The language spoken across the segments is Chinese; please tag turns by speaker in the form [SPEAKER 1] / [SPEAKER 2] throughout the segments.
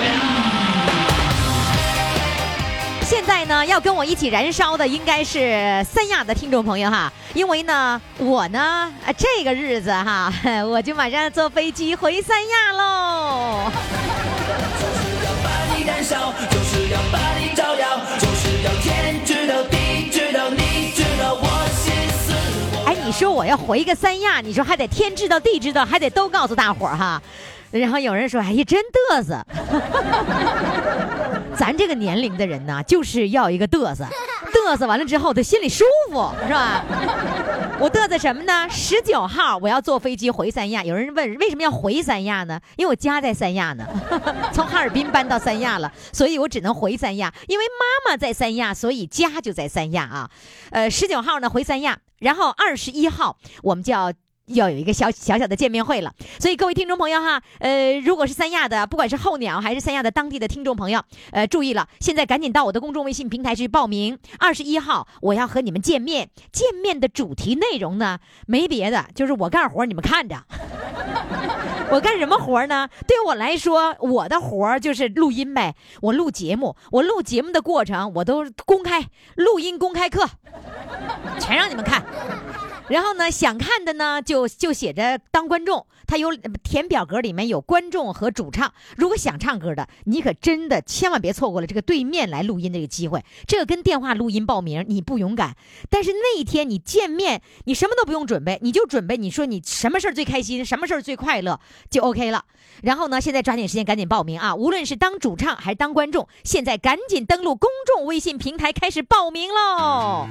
[SPEAKER 1] 苗！
[SPEAKER 2] 现在呢，要跟我一起燃烧的应该是三亚的听众朋友哈，因为呢，我呢，啊这个日子哈， 我就马上坐飞机回三亚喽。
[SPEAKER 1] 把你燃烧，就是要把你照耀，就是要天知道地知道你知道我心思我。
[SPEAKER 2] 哎，你说我要回个三亚，你说还得天知道地知道，还得都告诉大伙儿哈。然后有人说：“哎呀，真嘚瑟！” 咱这个年龄的人呢，就是要一个嘚瑟，嘚瑟完了之后他心里舒服，是吧？我嘚瑟什么呢？十九号我要坐飞机回三亚。有人问为什么要回三亚呢？因为我家在三亚呢， 从哈尔滨搬到三亚了，所以我只能回三亚。因为妈妈在三亚，所以家就在三亚啊。呃，十九号呢回三亚，然后二十一号我们就要。要有一个小小小的见面会了，所以各位听众朋友哈，呃，如果是三亚的，不管是候鸟还是三亚的当地的听众朋友，呃，注意了，现在赶紧到我的公众微信平台去报名。二十一号我要和你们见面，见面的主题内容呢，没别的，就是我干活，你们看着。 我干什么活呢？对我来说，我的活儿就是录音呗。我录节目，我录节目的过程我都公开，录音公开课，全让你们看。然后呢，想看的呢就就写着当观众，他有呃填表格里面有观众和主唱。如果想唱歌的，你可真的千万别错过了这个对面来录音这个机会。这个跟电话录音报名你不勇敢，但是那一天你见面，你什么都不用准备，你就准备你说你什么事儿最开心，什么事儿最快乐就 OK 了。然后呢，现在抓紧时间赶紧报名啊！无论是当主唱还是当观众，现在赶紧登录公众微信平台开始报名喽。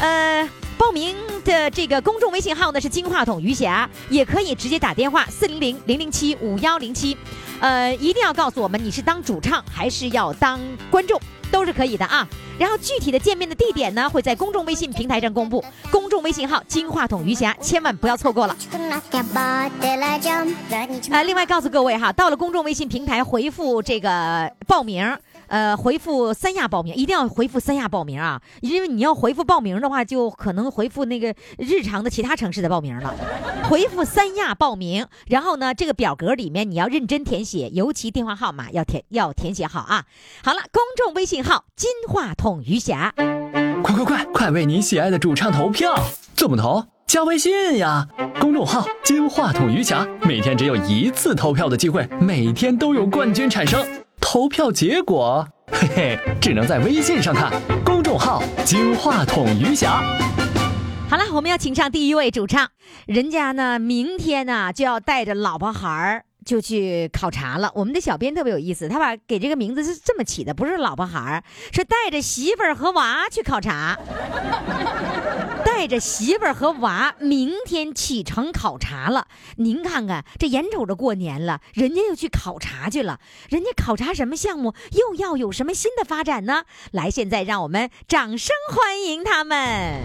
[SPEAKER 2] 呃，报名的这个公众微信号呢是金话筒余霞，也可以直接打电话四零零零零七五幺零七，呃，一定要告诉我们你是当主唱还是要当观众，都是可以的啊。然后具体的见面的地点呢，会在公众微信平台上公布。公众微信号金话筒余霞，千万不要错过了。呃，另外告诉各位哈，到了公众微信平台回复这个报名，呃，回复三亚报名，一定要回复三亚报名啊，因为你要回复报名的话，就可能回复那个日常的其他城市的报名了。回复三亚报名，然后呢，这个表格里面你要认真填写，尤其电话号码要填要填写好啊。好了，公众微信号金话筒余霞。
[SPEAKER 3] 快快快，快为你喜爱的主唱投票！怎么投？加微信呀，公众号“金话筒余霞”，每天只有一次投票的机会，每天都有冠军产生。投票结果，嘿嘿，只能在微信上看。公众号“金话筒余霞
[SPEAKER 2] 好了，我们要请上第一位主唱，人家呢明天呢就要带着老婆孩儿就去考察了。我们的小编特别有意思，他把给这个名字是这么起的，不是老婆孩儿，是带着媳妇儿和娃去考察，带着媳妇儿和娃明天启程考察了。您看看，这眼瞅着过年了，人家又去考察去了，人家考察什么项目，又要有什么新的发展呢？来，现在让我们掌声欢迎他们。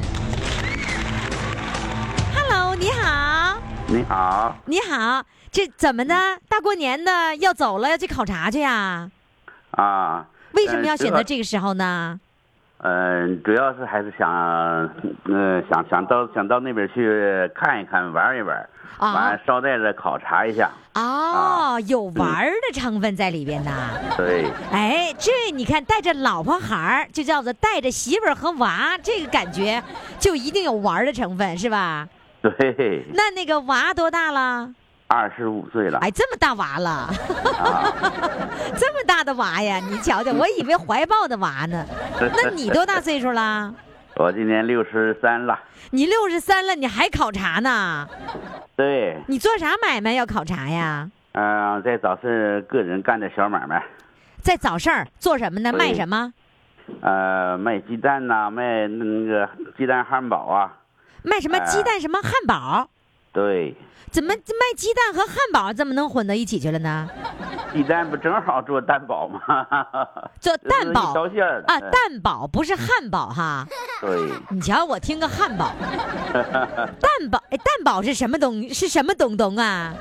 [SPEAKER 2] Hello，你好，
[SPEAKER 4] 你好，
[SPEAKER 2] 你好，这怎么的？大过年的要走了，要去考察去呀、
[SPEAKER 4] 啊，
[SPEAKER 2] 为什么要
[SPEAKER 4] 呃
[SPEAKER 2] 选择？
[SPEAKER 4] 主
[SPEAKER 2] 哎这个时候呢？
[SPEAKER 4] 要呃，主要是还是想，呃，想想到想到那边去看一看，玩一玩，
[SPEAKER 2] 啊
[SPEAKER 4] 完捎带着考察一下。
[SPEAKER 2] 哦，有玩儿的成分在里边 呐。
[SPEAKER 4] 对，
[SPEAKER 2] 哎，这你看，带着老婆孩儿，就叫做带着媳妇儿和娃，这个感觉就一定有玩儿的成分，是吧？
[SPEAKER 4] 对，
[SPEAKER 2] 那那个娃多大了？
[SPEAKER 4] 二十五岁了，
[SPEAKER 2] 哎，这么大娃了，
[SPEAKER 4] 啊，
[SPEAKER 2] 这么大的娃呀！你瞧瞧，我以为怀抱的娃 呢。那你多大岁数了？
[SPEAKER 4] 我今年六十三了。
[SPEAKER 2] 你六十三了，你还考察呢？
[SPEAKER 4] 对，
[SPEAKER 2] 你做啥买卖要考察呀？
[SPEAKER 4] 嗯、在早市个人干点小买卖，
[SPEAKER 2] 在早市儿做什么呢？
[SPEAKER 4] 对
[SPEAKER 2] 卖什么？
[SPEAKER 4] 呃，卖鸡蛋呐、卖那个鸡蛋汉堡啊，
[SPEAKER 2] 卖什么
[SPEAKER 4] 哎
[SPEAKER 2] 鸡蛋什么汉堡？
[SPEAKER 4] 对，
[SPEAKER 2] 怎么这卖鸡蛋和汉堡怎么能混到一起去了呢？
[SPEAKER 4] 鸡蛋不正好做蛋堡吗？
[SPEAKER 2] 做蛋堡
[SPEAKER 4] 这都是一条线儿的
[SPEAKER 2] 啊，
[SPEAKER 4] 嗯
[SPEAKER 2] 蛋堡不是汉堡哈。
[SPEAKER 4] 对，
[SPEAKER 2] 你瞧，我听个汉 堡，蛋堡，哎，蛋堡是什么东是什么东东啊？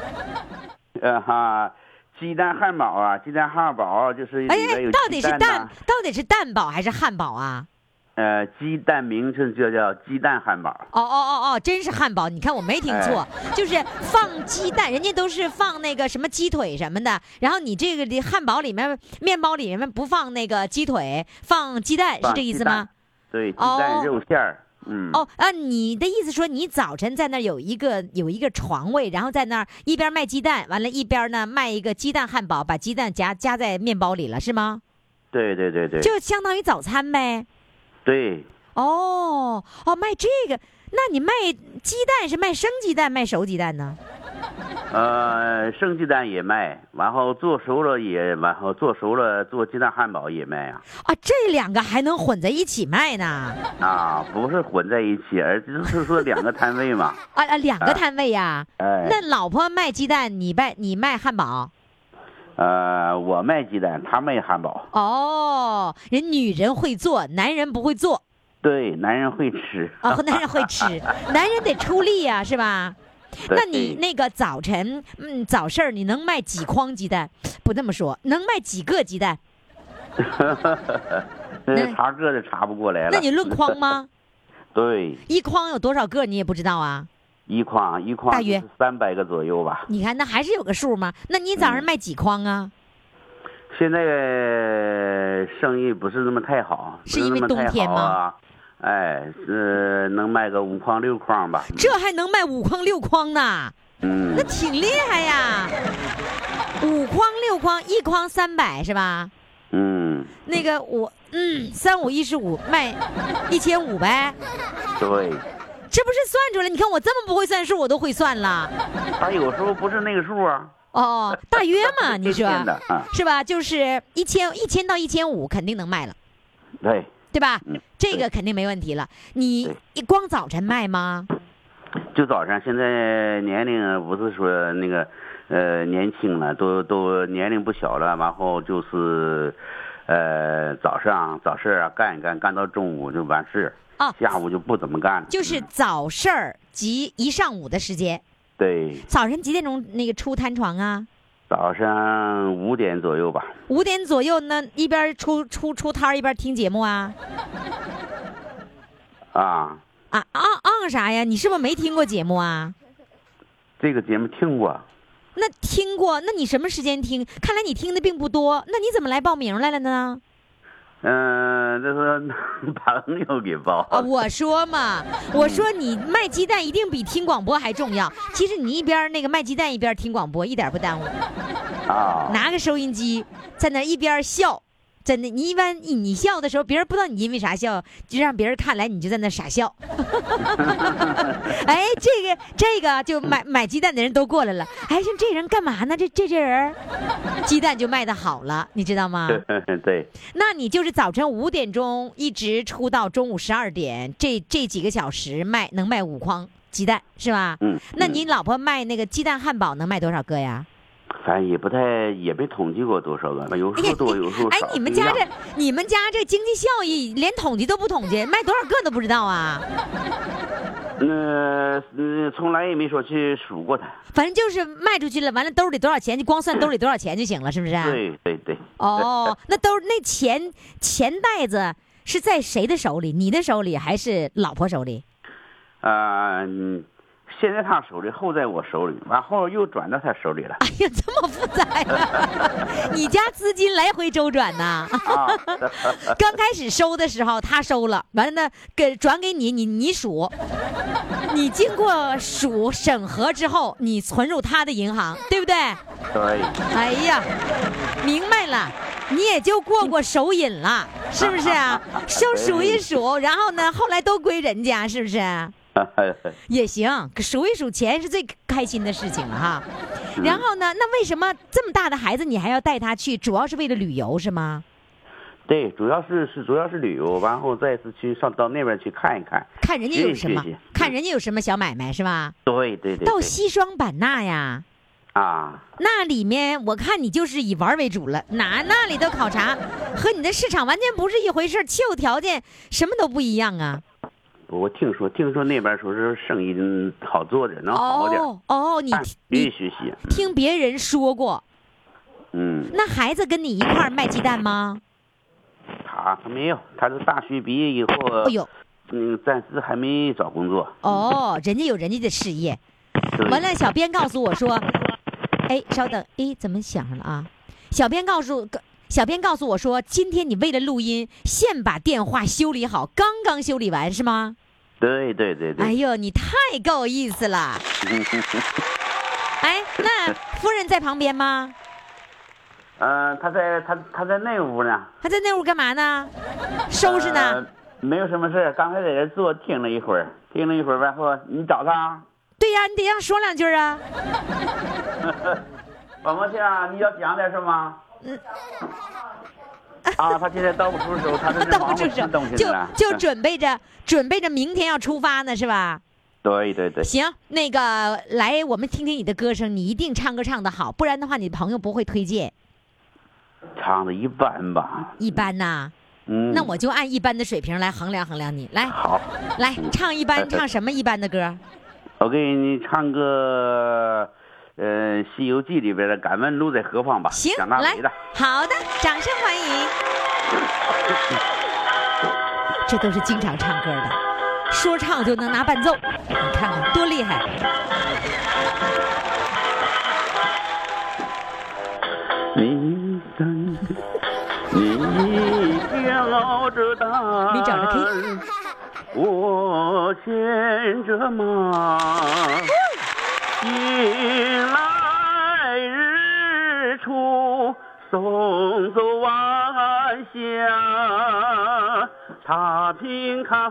[SPEAKER 4] 呃哈，鸡蛋汉堡啊，鸡蛋汉堡就是里
[SPEAKER 2] 哎
[SPEAKER 4] 边有
[SPEAKER 2] 到底
[SPEAKER 4] 鸡
[SPEAKER 2] 是
[SPEAKER 4] 蛋呐
[SPEAKER 2] 蛋，到底是蛋堡还是汉堡啊？
[SPEAKER 4] 呃，鸡蛋名称就叫鸡蛋汉堡。
[SPEAKER 2] 哦哦哦哦，真是汉堡！你看我没听错，
[SPEAKER 4] 哎
[SPEAKER 2] 就是放鸡蛋，人家都是放那个什么鸡腿什么的，然后你这个的汉堡里面面包里面不放那个鸡腿，放鸡蛋是
[SPEAKER 4] 放
[SPEAKER 2] 这意
[SPEAKER 4] 鸡
[SPEAKER 2] 思
[SPEAKER 4] 蛋
[SPEAKER 2] 吗？？
[SPEAKER 4] 对，鸡
[SPEAKER 2] 哦
[SPEAKER 4] 蛋肉馅儿。嗯，
[SPEAKER 2] 哦啊，你的意思说你早晨在那儿有一个有一个床位，然后在那儿一边卖鸡蛋，完了一边呢卖一个鸡蛋汉堡，把鸡蛋夹夹在面包里了是吗？
[SPEAKER 4] 对对对对，
[SPEAKER 2] 就相当于早餐呗。
[SPEAKER 4] 对，
[SPEAKER 2] 哦哦，卖这个，那你卖鸡蛋是卖生鸡蛋卖熟鸡蛋呢？
[SPEAKER 4] 呃，生鸡蛋也卖，然后做熟了也，然后做熟了做鸡蛋汉堡也卖啊。
[SPEAKER 2] 啊，这两个还能混在一起卖呢？
[SPEAKER 4] 啊，不是混在一起，而就是说两个摊位嘛。
[SPEAKER 2] 啊啊，两个
[SPEAKER 4] 啊
[SPEAKER 2] 摊位呀、
[SPEAKER 4] 哎，
[SPEAKER 2] 那老婆卖鸡蛋，你卖你卖汉堡。
[SPEAKER 4] 呃，我卖鸡蛋，他卖汉堡。
[SPEAKER 2] 哦，人女人会做，男人不会做。
[SPEAKER 4] 对，男人会吃。
[SPEAKER 2] 啊，男人会 吃，男人得出力呀、是吧？
[SPEAKER 4] 对
[SPEAKER 2] 那你那个早晨，嗯，早市儿你能卖几筐鸡蛋？不这么说，能卖几个鸡蛋？那
[SPEAKER 4] 那查个的查不过哎来了。
[SPEAKER 2] 那你论 筐吗？
[SPEAKER 4] 对，
[SPEAKER 2] 一筐有多少个你也不知道啊？
[SPEAKER 4] 一筐一筐
[SPEAKER 2] 大约
[SPEAKER 4] 三百个左右吧。
[SPEAKER 2] 你看，那还是有个数嘛。那你早
[SPEAKER 4] 嗯
[SPEAKER 2] 上卖几筐啊？
[SPEAKER 4] 现在生意不是那么太好，
[SPEAKER 2] 是因为
[SPEAKER 4] 不那么太
[SPEAKER 2] 冬天
[SPEAKER 4] 好啊？哎，是能卖个五筐六筐吧？
[SPEAKER 2] 这还能卖五筐六筐呢，
[SPEAKER 4] 嗯
[SPEAKER 2] 那，挺厉害呀！五筐六筐，一筐三百是吧？
[SPEAKER 4] 嗯，
[SPEAKER 2] 那个我，嗯，三五一十五，卖一千五呗。
[SPEAKER 4] 对。
[SPEAKER 2] 这不是算出来？你看我这么不会算数，我都会算了。
[SPEAKER 4] 他有时候不是那个数啊。
[SPEAKER 2] 哦，大约 嘛，
[SPEAKER 4] 这
[SPEAKER 2] 你说啊
[SPEAKER 4] 天的嗯
[SPEAKER 2] 是吧？就是一千一千到一千五肯定能卖了，
[SPEAKER 4] 对，
[SPEAKER 2] 对吧？
[SPEAKER 4] 嗯
[SPEAKER 2] 这个肯定没问题了。你
[SPEAKER 4] 对
[SPEAKER 2] 一光早晨卖吗？
[SPEAKER 4] 就早上现在年龄不是说那个，呃，年轻了，都都年龄不小了，然后就是，呃，早上早市啊干一干，干到中午就完事，
[SPEAKER 2] 啊
[SPEAKER 4] 下午就不怎么干了。
[SPEAKER 2] 就是
[SPEAKER 4] 嗯
[SPEAKER 2] 早市儿及一上午的时间。
[SPEAKER 4] 对，
[SPEAKER 2] 早晨几点钟那个出摊床啊？
[SPEAKER 4] 早上五点左右吧。
[SPEAKER 2] 五点左右呢，一边出出出摊儿一边听节目啊
[SPEAKER 4] 啊，
[SPEAKER 2] 啊啊啊啥呀？你是不是没听过节目啊？
[SPEAKER 4] 这个节目听过，
[SPEAKER 2] 那听过？那你什么时间听？看来你听的并不多。那你怎么来报名来了呢？
[SPEAKER 4] 嗯、这是朋友给报
[SPEAKER 2] 啊，
[SPEAKER 4] 的
[SPEAKER 2] 我说嘛，我说你卖鸡蛋一定比听广播还重要。其实你一边儿那个卖鸡蛋一边儿听广播，一点儿不耽误。
[SPEAKER 4] 啊，
[SPEAKER 2] 拿个收音机在那一边儿笑，真的，你一般你你笑的时候，别人不知道你因为啥笑，就让别人看来你就在那傻笑。哎，这个这个就买买鸡蛋的人都过来了。哎，说这人干嘛呢？这这这人儿，鸡蛋就卖的好了，你知道吗？
[SPEAKER 4] 对，
[SPEAKER 2] 那你就是早晨五点钟一直出到中午十二点，这这几个小时卖能卖五筐鸡蛋是吧？
[SPEAKER 4] 嗯
[SPEAKER 2] 那你老婆卖那个鸡蛋汉堡能卖多少个呀？
[SPEAKER 4] 反正也不太，也没统计过多少个，有
[SPEAKER 2] 哎
[SPEAKER 4] 时
[SPEAKER 2] 呀
[SPEAKER 4] 候多，有时候
[SPEAKER 2] 哎
[SPEAKER 4] 少。，
[SPEAKER 2] 你们
[SPEAKER 4] 不一
[SPEAKER 2] 家
[SPEAKER 4] 样
[SPEAKER 2] 这你们家这经济效益连统计都不统计，卖多少个都不知道啊？
[SPEAKER 4] 那嗯，从来也没说去数过它。
[SPEAKER 2] 反正就是卖出去了，完了兜里多少钱就光算兜里多少钱就行了，是不是？。啊
[SPEAKER 4] 对对对，
[SPEAKER 2] 哦，那兜那钱钱袋子是在谁的手里？你的手里还是老婆手里？
[SPEAKER 4] 啊、嗯现在他手里，后在我手里，完后又转到他手 里了
[SPEAKER 2] 哎呀，这么复杂呀！ 你家资金来回周转呐、
[SPEAKER 4] 啊。
[SPEAKER 2] 刚开始收的时候他收了，完了呢给转给你，你你数，你经过数审核之后，你存入他的银行，对不对？
[SPEAKER 4] 对，
[SPEAKER 2] 哎呀，明白了。你也就过过手瘾了，是不是啊？收数一数，然后呢，后来都归人家，是不是？也行，数一数钱是最开心的事情了哈。然后呢，那为什么这么大的孩子你还要带他去？主要是为了旅游是吗？
[SPEAKER 4] 对，主要是是主要是旅游，然后再次去上到那边去看一看，
[SPEAKER 2] 看人家有什么
[SPEAKER 4] 谢谢谢谢，
[SPEAKER 2] 看人家有什么小买卖是吧？
[SPEAKER 5] 对对对，
[SPEAKER 2] 到
[SPEAKER 5] 对
[SPEAKER 2] 西双版纳呀，
[SPEAKER 5] 啊，
[SPEAKER 2] 那里面我看你就是以玩为主了，哪那里的考察和你的市场完全不是一回事儿，气候条件什么都不一样啊。
[SPEAKER 5] 我听说听说那边说是生意嗯好做点，能好点，
[SPEAKER 2] 哦哦，你
[SPEAKER 4] 哎
[SPEAKER 5] 但
[SPEAKER 2] 听
[SPEAKER 5] 必
[SPEAKER 2] 你
[SPEAKER 5] 须些，
[SPEAKER 2] 听别人说过，
[SPEAKER 5] 嗯，
[SPEAKER 2] 那孩子跟你一块儿卖鸡蛋吗？
[SPEAKER 5] 他他没有，他是大学毕业以
[SPEAKER 4] 呃
[SPEAKER 5] 后，
[SPEAKER 2] 哎呦，
[SPEAKER 5] 嗯，暂时还没找工作，
[SPEAKER 2] 哦，人家有人家的事业。
[SPEAKER 5] 对
[SPEAKER 2] 完了，小编告诉我 说，哎，稍等，哎，怎么响上了啊？小编告诉小编告诉我说，今天你为了录音，现把电话修理好，刚刚修理完是吗？
[SPEAKER 5] 对对对
[SPEAKER 2] 哎
[SPEAKER 5] 对，
[SPEAKER 2] 呦，你太够意思了！哎，那夫人在旁边吗？
[SPEAKER 5] 嗯，他在他他在那屋呢，
[SPEAKER 2] 她在那屋干嘛呢？收拾呢？
[SPEAKER 5] 呃没有什么事儿刚才在这坐听了一会儿，听了一会儿，然后你找他啊，
[SPEAKER 2] 对呀，你得让她说两句啊。
[SPEAKER 5] 王梦啊，你要讲点什么？
[SPEAKER 2] 嗯
[SPEAKER 5] 啊，他现在倒不出手，他这是
[SPEAKER 2] 倒
[SPEAKER 5] 忙
[SPEAKER 2] 不
[SPEAKER 5] 活
[SPEAKER 2] 住
[SPEAKER 5] 吃
[SPEAKER 2] 手
[SPEAKER 5] 东，西
[SPEAKER 2] 就
[SPEAKER 5] 呢。
[SPEAKER 2] 就准备着，准备着明天要出发呢，是吧？
[SPEAKER 5] 对对对，
[SPEAKER 2] 行，那个来，我们听听你的歌声，你一定唱歌唱得好，不然的话，你朋友不会推荐。
[SPEAKER 5] 唱的一般吧。
[SPEAKER 2] 一般呐、
[SPEAKER 5] 嗯，
[SPEAKER 2] 那我就按一般的水平来衡量衡量你。来
[SPEAKER 5] 好，嗯
[SPEAKER 2] 来，唱一般，唱什么一般的歌？
[SPEAKER 5] 我给你唱个呃《西游记》里边的“敢问路在何方”吧。
[SPEAKER 2] 行，
[SPEAKER 5] 蒋大
[SPEAKER 2] 来
[SPEAKER 5] 为的。，
[SPEAKER 2] 好的，掌声欢迎。这都是经常唱歌的，说唱就能拿伴奏，你看看多厉害！
[SPEAKER 5] 你等，你挑着担，
[SPEAKER 2] 没找着 K
[SPEAKER 5] 我牵着马，迎来日出，送走晚霞，踏平坎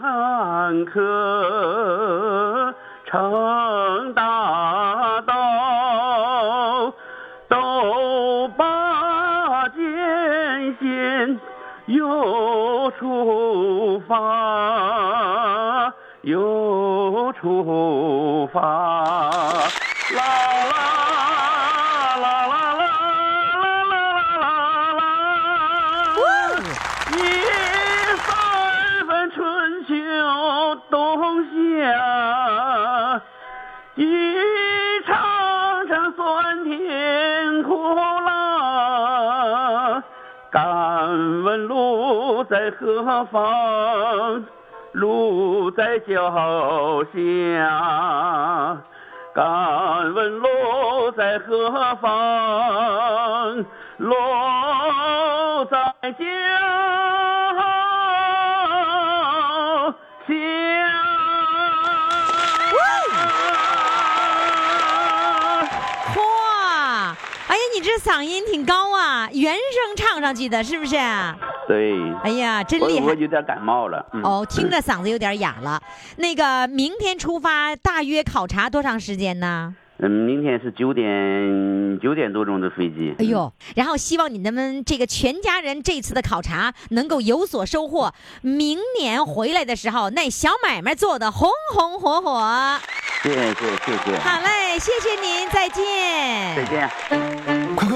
[SPEAKER 5] 坷，成大道。斗罢艰险又出发，又出发，啦啦啦啦啦啦啦啦啦啦。一三分春秋冬夏，一场场酸甜苦辣。敢问路在何方？路在脚下。敢问路在何方？路在脚下。
[SPEAKER 2] 嚯！哎呀，你这嗓音挺高啊，原声唱上去的，是不是？哎
[SPEAKER 5] 对，
[SPEAKER 2] 呀，真
[SPEAKER 5] 我
[SPEAKER 2] 厉
[SPEAKER 5] 我
[SPEAKER 2] 害！
[SPEAKER 5] 有点感冒了。嗯、
[SPEAKER 2] 哦，听着嗓子有点哑了。那个，明天出发，大约考察多长时间呢？
[SPEAKER 5] 嗯，明天是九点九点多钟的飞机。
[SPEAKER 2] 哎呦，然后希望你们这个全家人这次的考察能够有所收获，明年回来的时候那小买卖做的红红火火。
[SPEAKER 5] 谢谢谢谢，
[SPEAKER 2] 好嘞，谢谢您，再见。
[SPEAKER 5] 再见。
[SPEAKER 3] 快快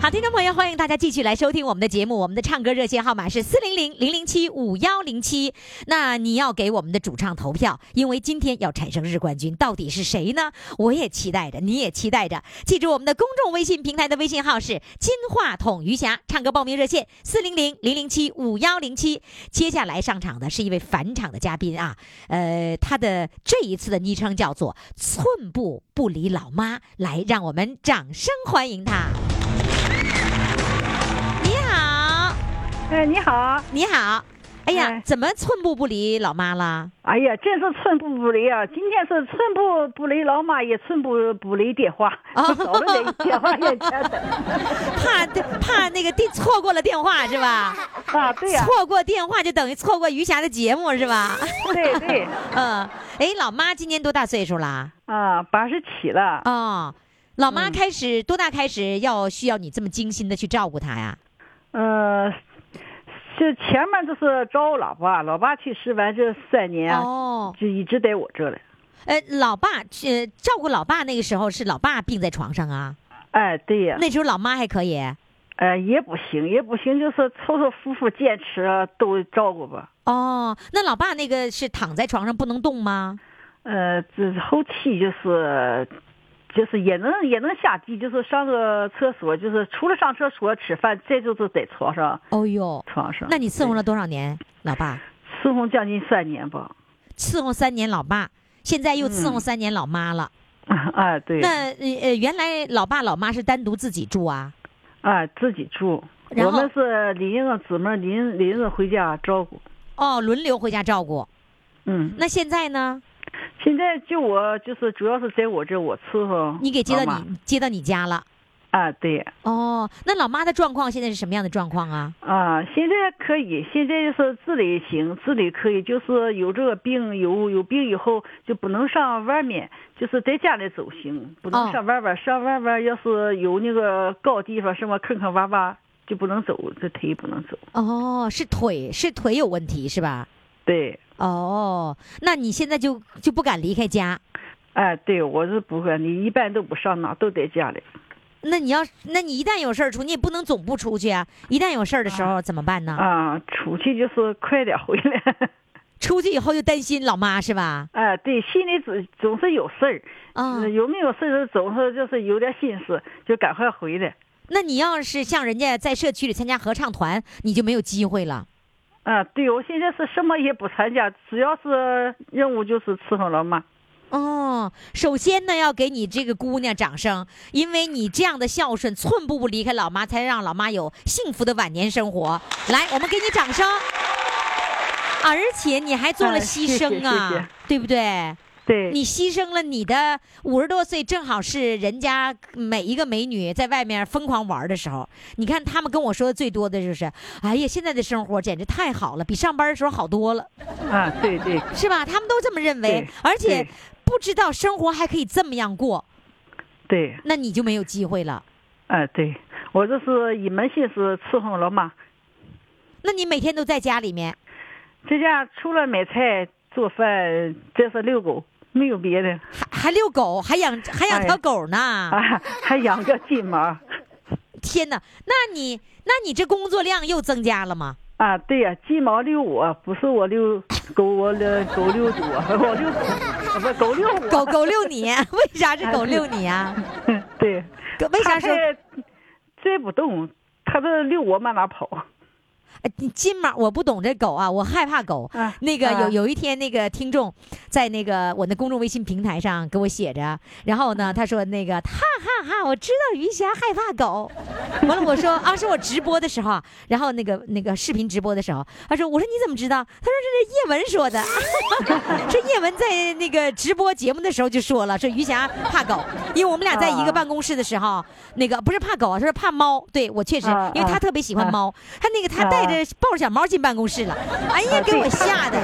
[SPEAKER 2] 好，听众朋友，欢迎大家继续来收听我们的节目。我们的唱歌热线号码是四零零零零七五幺零七。那你要给我们的主唱投票，因为今天要产生日冠军，到底是谁呢？我也期待着，你也期待着。记住我们的公众微信平台的微信号是“金话筒余霞”，唱歌报名热线四零零零零七五幺零七。接下来上场的是一位返场的嘉宾啊，呃，他的这一次的昵称叫做“寸步不离老妈”，来，让我们掌声欢迎他。你好，
[SPEAKER 6] 哎，你好，
[SPEAKER 2] 你好，哎呀
[SPEAKER 7] 哎，
[SPEAKER 2] 怎么寸步不离老妈 啦？
[SPEAKER 7] 哎呀，真是寸步不离啊！今天是寸步不离老妈，也寸步不离电话，
[SPEAKER 2] 啊
[SPEAKER 7] 走了得电话也 接的
[SPEAKER 2] 怕怕那个电错过了电话是吧？
[SPEAKER 7] 啊！对呀、
[SPEAKER 2] 错过电话就等于错过余霞的节目是 吧？
[SPEAKER 7] 对对
[SPEAKER 2] 嗯，哎，老妈今年多大岁数啦？
[SPEAKER 7] 啊，八十七了。
[SPEAKER 2] 哦，老妈开始、多大开始要需要你这么精心的去照顾她呀？
[SPEAKER 7] 嗯，这前面就是找我老爸，老爸去世完这三年，啊
[SPEAKER 2] 哦，
[SPEAKER 7] 就一直在我这了。
[SPEAKER 2] 呃，老爸呃照顾老爸那个时候是老爸病在床上啊，
[SPEAKER 7] 哎，对呀、
[SPEAKER 2] 那时候老妈还可以。
[SPEAKER 7] 呃，也不行，也不行，就是凑凑夫妇坚持啊都照顾吧。
[SPEAKER 2] 哦，那老爸那个是躺在床上不能动吗？
[SPEAKER 7] 呃，这后期就是，就是也能也能下地，就是上个厕所，就是除了上厕所吃饭，再就是在床上
[SPEAKER 2] 哦呦，
[SPEAKER 7] 床上。
[SPEAKER 2] 那你伺候了多少年老爸？
[SPEAKER 7] 对伺候将近三年吧？
[SPEAKER 2] 伺候三年老爸，现在又伺候三年老妈了。
[SPEAKER 7] 哎，嗯对，
[SPEAKER 2] 那呃呃，原来老爸老妈是单独自己住啊？
[SPEAKER 7] 哎，自己住。
[SPEAKER 2] 然
[SPEAKER 7] 我
[SPEAKER 2] 后
[SPEAKER 7] 们是邻着姊妹邻邻着回家照顾。
[SPEAKER 2] 哦，轮流回家照顾。
[SPEAKER 7] 嗯，
[SPEAKER 2] 那现在呢？
[SPEAKER 7] 现在就我就是主要是在我这我伺候
[SPEAKER 2] 你给接
[SPEAKER 7] 妈
[SPEAKER 2] 到
[SPEAKER 7] 妈
[SPEAKER 2] 你接到你家了。
[SPEAKER 7] 啊，对
[SPEAKER 2] 哦，那老妈的状况现在是什么样的状况啊？
[SPEAKER 7] 啊，现在可以，现在就是自理行，自理可以，就是有这个病，有有病以后就不能上外面，就是在家里走行，不
[SPEAKER 2] 哦
[SPEAKER 7] 能上外边，上外边要是有那个高地方什么坑坑洼洼就不能走，这腿不能走。
[SPEAKER 2] 哦，是腿是腿有问题是吧？
[SPEAKER 7] 对，
[SPEAKER 2] 哦，那你现在就就不敢离开家？
[SPEAKER 7] 哎，对我是不会，你一般都不上哪，都在家里。
[SPEAKER 2] 那你要，那你一旦有事儿出，你也不能总不出去啊。一旦有事儿的时候怎么办呢？
[SPEAKER 7] 啊，出去就是快点回来。
[SPEAKER 2] 出去以后就担心老妈是吧？
[SPEAKER 7] 哎，对，心里总总是有事儿，
[SPEAKER 2] 啊、
[SPEAKER 7] 有没有事儿总是就是有点心思，就赶快回来。
[SPEAKER 2] 那你要是像人家在社区里参加合唱团，你就没有机会了。
[SPEAKER 7] 啊，对，我现在是什么也不参加，只要是任务就是伺候老妈。
[SPEAKER 2] 哦，首先呢，要给你这个姑娘掌声，因为你这样的孝顺，寸步不离开老妈，才让老妈有幸福的晚年生活。来，我们给你掌声。而且你还做了
[SPEAKER 7] 哎
[SPEAKER 2] 牺
[SPEAKER 7] 谢谢
[SPEAKER 2] 牲啊，
[SPEAKER 7] 谢谢
[SPEAKER 2] 对不对？
[SPEAKER 7] 对，
[SPEAKER 2] 你牺牲了你的五十多岁，正好是人家每一个美女在外面疯狂玩的时候。你看他们跟我说的最多的就是，哎呀，现在的生活简直太好了，比上班的时候好多了，
[SPEAKER 7] 啊，对对
[SPEAKER 2] 是吧？他们都这么认为
[SPEAKER 7] 对，
[SPEAKER 2] 而且
[SPEAKER 7] 对
[SPEAKER 2] 不知道生活还可以这么样过，
[SPEAKER 7] 对，
[SPEAKER 2] 那你就没有机会了。
[SPEAKER 7] 啊对，我这是一门心思伺候老妈，
[SPEAKER 2] 那你每天都在家里面，
[SPEAKER 7] 在家除了买菜、做饭，这是遛狗，没有别的
[SPEAKER 2] 还还遛狗，还养还养
[SPEAKER 7] 哎
[SPEAKER 2] 条狗呢。
[SPEAKER 7] 啊，还养个金毛。
[SPEAKER 2] 天哪，那你那你这工作量又增加了吗？
[SPEAKER 7] 啊，对呀、金毛遛我，不是我遛狗，我遛狗遛我，我遛狗，不狗遛 我。
[SPEAKER 2] 狗狗遛你，为啥是狗遛你啊？
[SPEAKER 7] 对，
[SPEAKER 2] 狗为啥
[SPEAKER 7] 它
[SPEAKER 2] 说
[SPEAKER 7] 还追不动，它这遛我往哪跑？
[SPEAKER 2] 哎你金毛，我不懂这狗啊，我害怕狗。
[SPEAKER 7] 啊
[SPEAKER 2] 那个有
[SPEAKER 7] 啊
[SPEAKER 2] 有一天，那个听众在那个我的公众微信平台上给我写着，然后
[SPEAKER 7] 嗯
[SPEAKER 2] 呢，他说那个哈哈哈，我知道于霞害怕狗。 完了，我说啊，是我直播的时候啊，然后那个那个视频直播的时候，他说我说你怎么知道？他说这是叶文说的， 说叶文在那个直播节目的时候就说了，说于霞怕狗，因为我们俩在一个
[SPEAKER 7] 啊
[SPEAKER 2] 办公室的时候，那个不是怕狗啊，他说怕猫。对我确实
[SPEAKER 7] 啊，
[SPEAKER 2] 因为他
[SPEAKER 7] 啊
[SPEAKER 2] 特别喜欢
[SPEAKER 7] 啊
[SPEAKER 2] 猫，他那个他带着抱着小猫进办公室了，哎呀，给我吓的。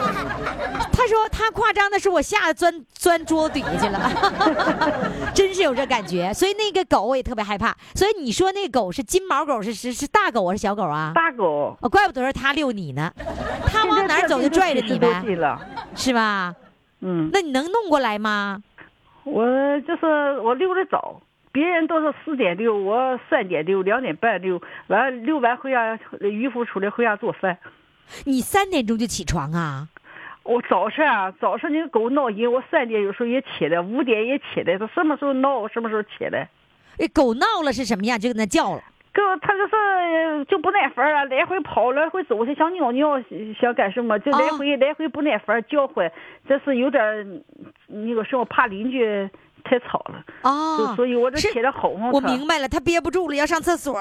[SPEAKER 2] 他说他夸张的说，我吓得钻钻桌底下去了， 真是有这感觉。所以那个狗我也特别害怕。所以你说那狗是金毛狗是是是大狗还是小狗啊？
[SPEAKER 7] 大狗，
[SPEAKER 2] 哦，怪不得是它遛你呢，它往哪儿走就拽着你呗，
[SPEAKER 7] 了，
[SPEAKER 2] 是吧？
[SPEAKER 7] 嗯，
[SPEAKER 2] 那你能弄过来吗？
[SPEAKER 7] 我就是我溜的早，别人都是四点溜，我三点溜，两点半溜，完了溜完回家，渔夫出来回家做饭。
[SPEAKER 2] 你三点钟就起床啊？
[SPEAKER 7] 我早上啊，早上那个狗闹人，我三点有时候也起来，五点也起来，它什么时候闹，我什么时候起来。
[SPEAKER 2] 哎狗闹了是什么样就跟它叫了。
[SPEAKER 7] 哥，它就是呃就不耐烦啊，来回跑，来回走，想尿尿，想干什么，就
[SPEAKER 2] 哦
[SPEAKER 7] 来回、来回不耐烦叫唤，这是有点儿那个什么怕邻居太
[SPEAKER 8] 太吵了，就
[SPEAKER 2] 哦，
[SPEAKER 8] 所以我这
[SPEAKER 2] 是
[SPEAKER 8] 贴的好嘛，
[SPEAKER 2] 我
[SPEAKER 8] 它
[SPEAKER 2] 明白了，他憋不住了，要上厕所，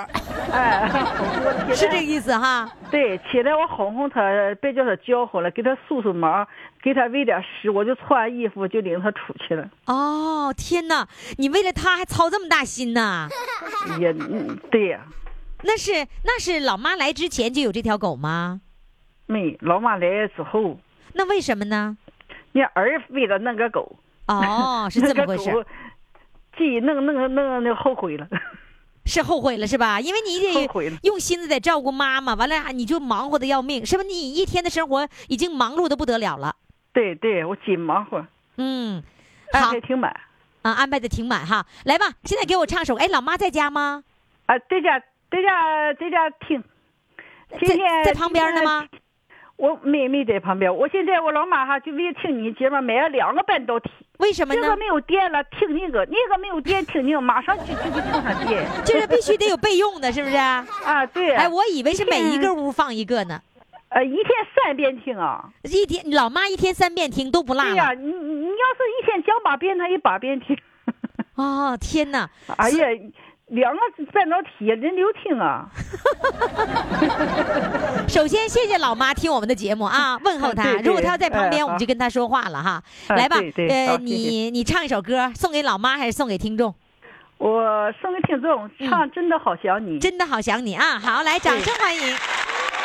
[SPEAKER 8] 哎，我 贴
[SPEAKER 2] 是
[SPEAKER 8] 的
[SPEAKER 2] 这个意思哈。
[SPEAKER 8] 对，起来我哄哄它，别叫它叫唤了，给它梳梳毛，给它喂点食，我就穿衣服就领它出去了。
[SPEAKER 2] 哦，天哪，你为了他还操这么大心 呐？
[SPEAKER 8] 也，嗯对呀、
[SPEAKER 2] 那是那是老妈来之前就有这条狗吗？
[SPEAKER 8] 没老妈来了之后，
[SPEAKER 2] 那为什么呢？
[SPEAKER 8] 人家儿为了那个狗，
[SPEAKER 2] 哦， 是这么回事
[SPEAKER 8] 那个
[SPEAKER 2] 儿，
[SPEAKER 8] 狗，记那个那个那个那个后悔了。
[SPEAKER 2] 是后悔了是吧？因为你
[SPEAKER 8] 后
[SPEAKER 2] 得
[SPEAKER 8] 悔了
[SPEAKER 2] 用心思得照顾妈妈，完了啊你就忙活的要命，是吧？你一天的生活已经忙碌的不得了了。
[SPEAKER 8] 对对，我紧忙活，
[SPEAKER 2] 嗯，
[SPEAKER 8] 安
[SPEAKER 2] 好
[SPEAKER 8] 排挺满。
[SPEAKER 2] 啊，安排的挺满哈。来吧，现在给我唱首。哎，老妈在家吗？
[SPEAKER 8] 啊，在家在家在家听，
[SPEAKER 2] 在
[SPEAKER 8] 天天
[SPEAKER 2] 在旁边呢？吗
[SPEAKER 8] 天？天我没没在旁边，我现在我老妈哈就为了听你节目买了两个半导体，
[SPEAKER 2] 为什么
[SPEAKER 8] 这
[SPEAKER 2] 呢
[SPEAKER 8] 个？没有电了，听那个；那个没有电，听那个。马上就就给充上电
[SPEAKER 2] 就是必须得有备用的，是不是？哎，
[SPEAKER 8] 啊！ 对，
[SPEAKER 2] 我以为是每一 个屋放一个呢。
[SPEAKER 8] 呃一天三遍听啊。
[SPEAKER 2] 一天，老妈一天三遍听都不落
[SPEAKER 8] 对呀、
[SPEAKER 2] 了。
[SPEAKER 8] 你你你要是一天讲八遍，他一把遍听。
[SPEAKER 2] 哦，天哪！
[SPEAKER 8] 哎呀，两个半导体人流听啊，
[SPEAKER 2] 首先谢谢老妈听我们的节目啊，问候她。
[SPEAKER 8] 对对
[SPEAKER 2] 如果她要在旁边，
[SPEAKER 8] 哎
[SPEAKER 2] 我们就
[SPEAKER 8] 好
[SPEAKER 2] 跟她说话了哈。
[SPEAKER 8] 啊
[SPEAKER 2] 来吧
[SPEAKER 8] 对，对
[SPEAKER 2] 呃，
[SPEAKER 8] 好谢谢
[SPEAKER 2] 你你唱一首歌，送给老妈还是送给听众？
[SPEAKER 8] 我送给听众
[SPEAKER 2] 嗯
[SPEAKER 8] 唱《真的好想你》，
[SPEAKER 2] 真的好想你啊！好，来，掌声欢迎。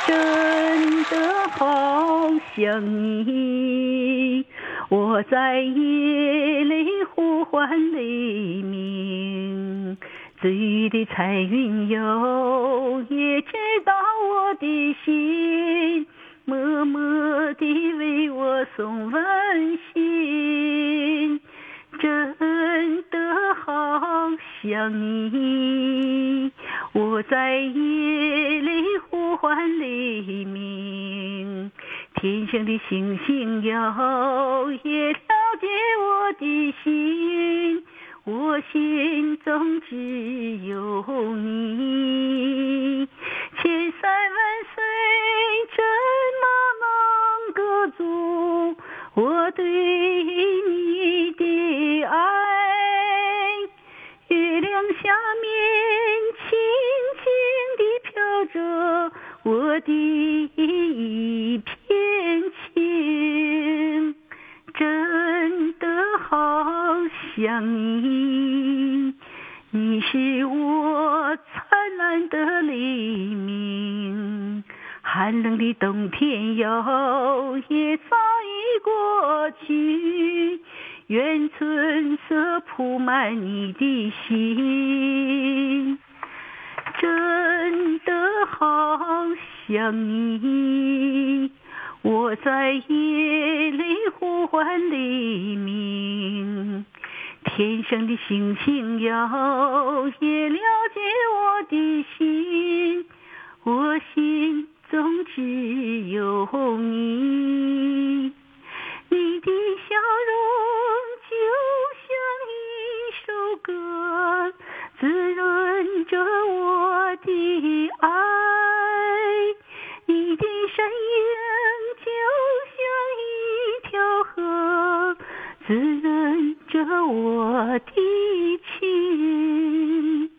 [SPEAKER 8] 真的好想你，我在夜里呼唤黎明，醉的彩云哟，也知道我的心，默默地为我送温馨。真的好想你，我在夜里呼唤黎明，天上的星星哟，也了解我的心，我心中只有你，千山万水怎么能搁住我对你的爱？月亮下面轻轻地飘着我的一片情，真的好想你，你是我灿烂的黎明。寒冷的冬天哟，也早已过去。愿春色铺满你的心，真的好想你。我在夜里呼唤黎明，天上的星星哟，也了解我的心。我心中只有你，你的笑容就像一首歌，滋润着我的爱；你的身影就像一条河，滋润着我的情。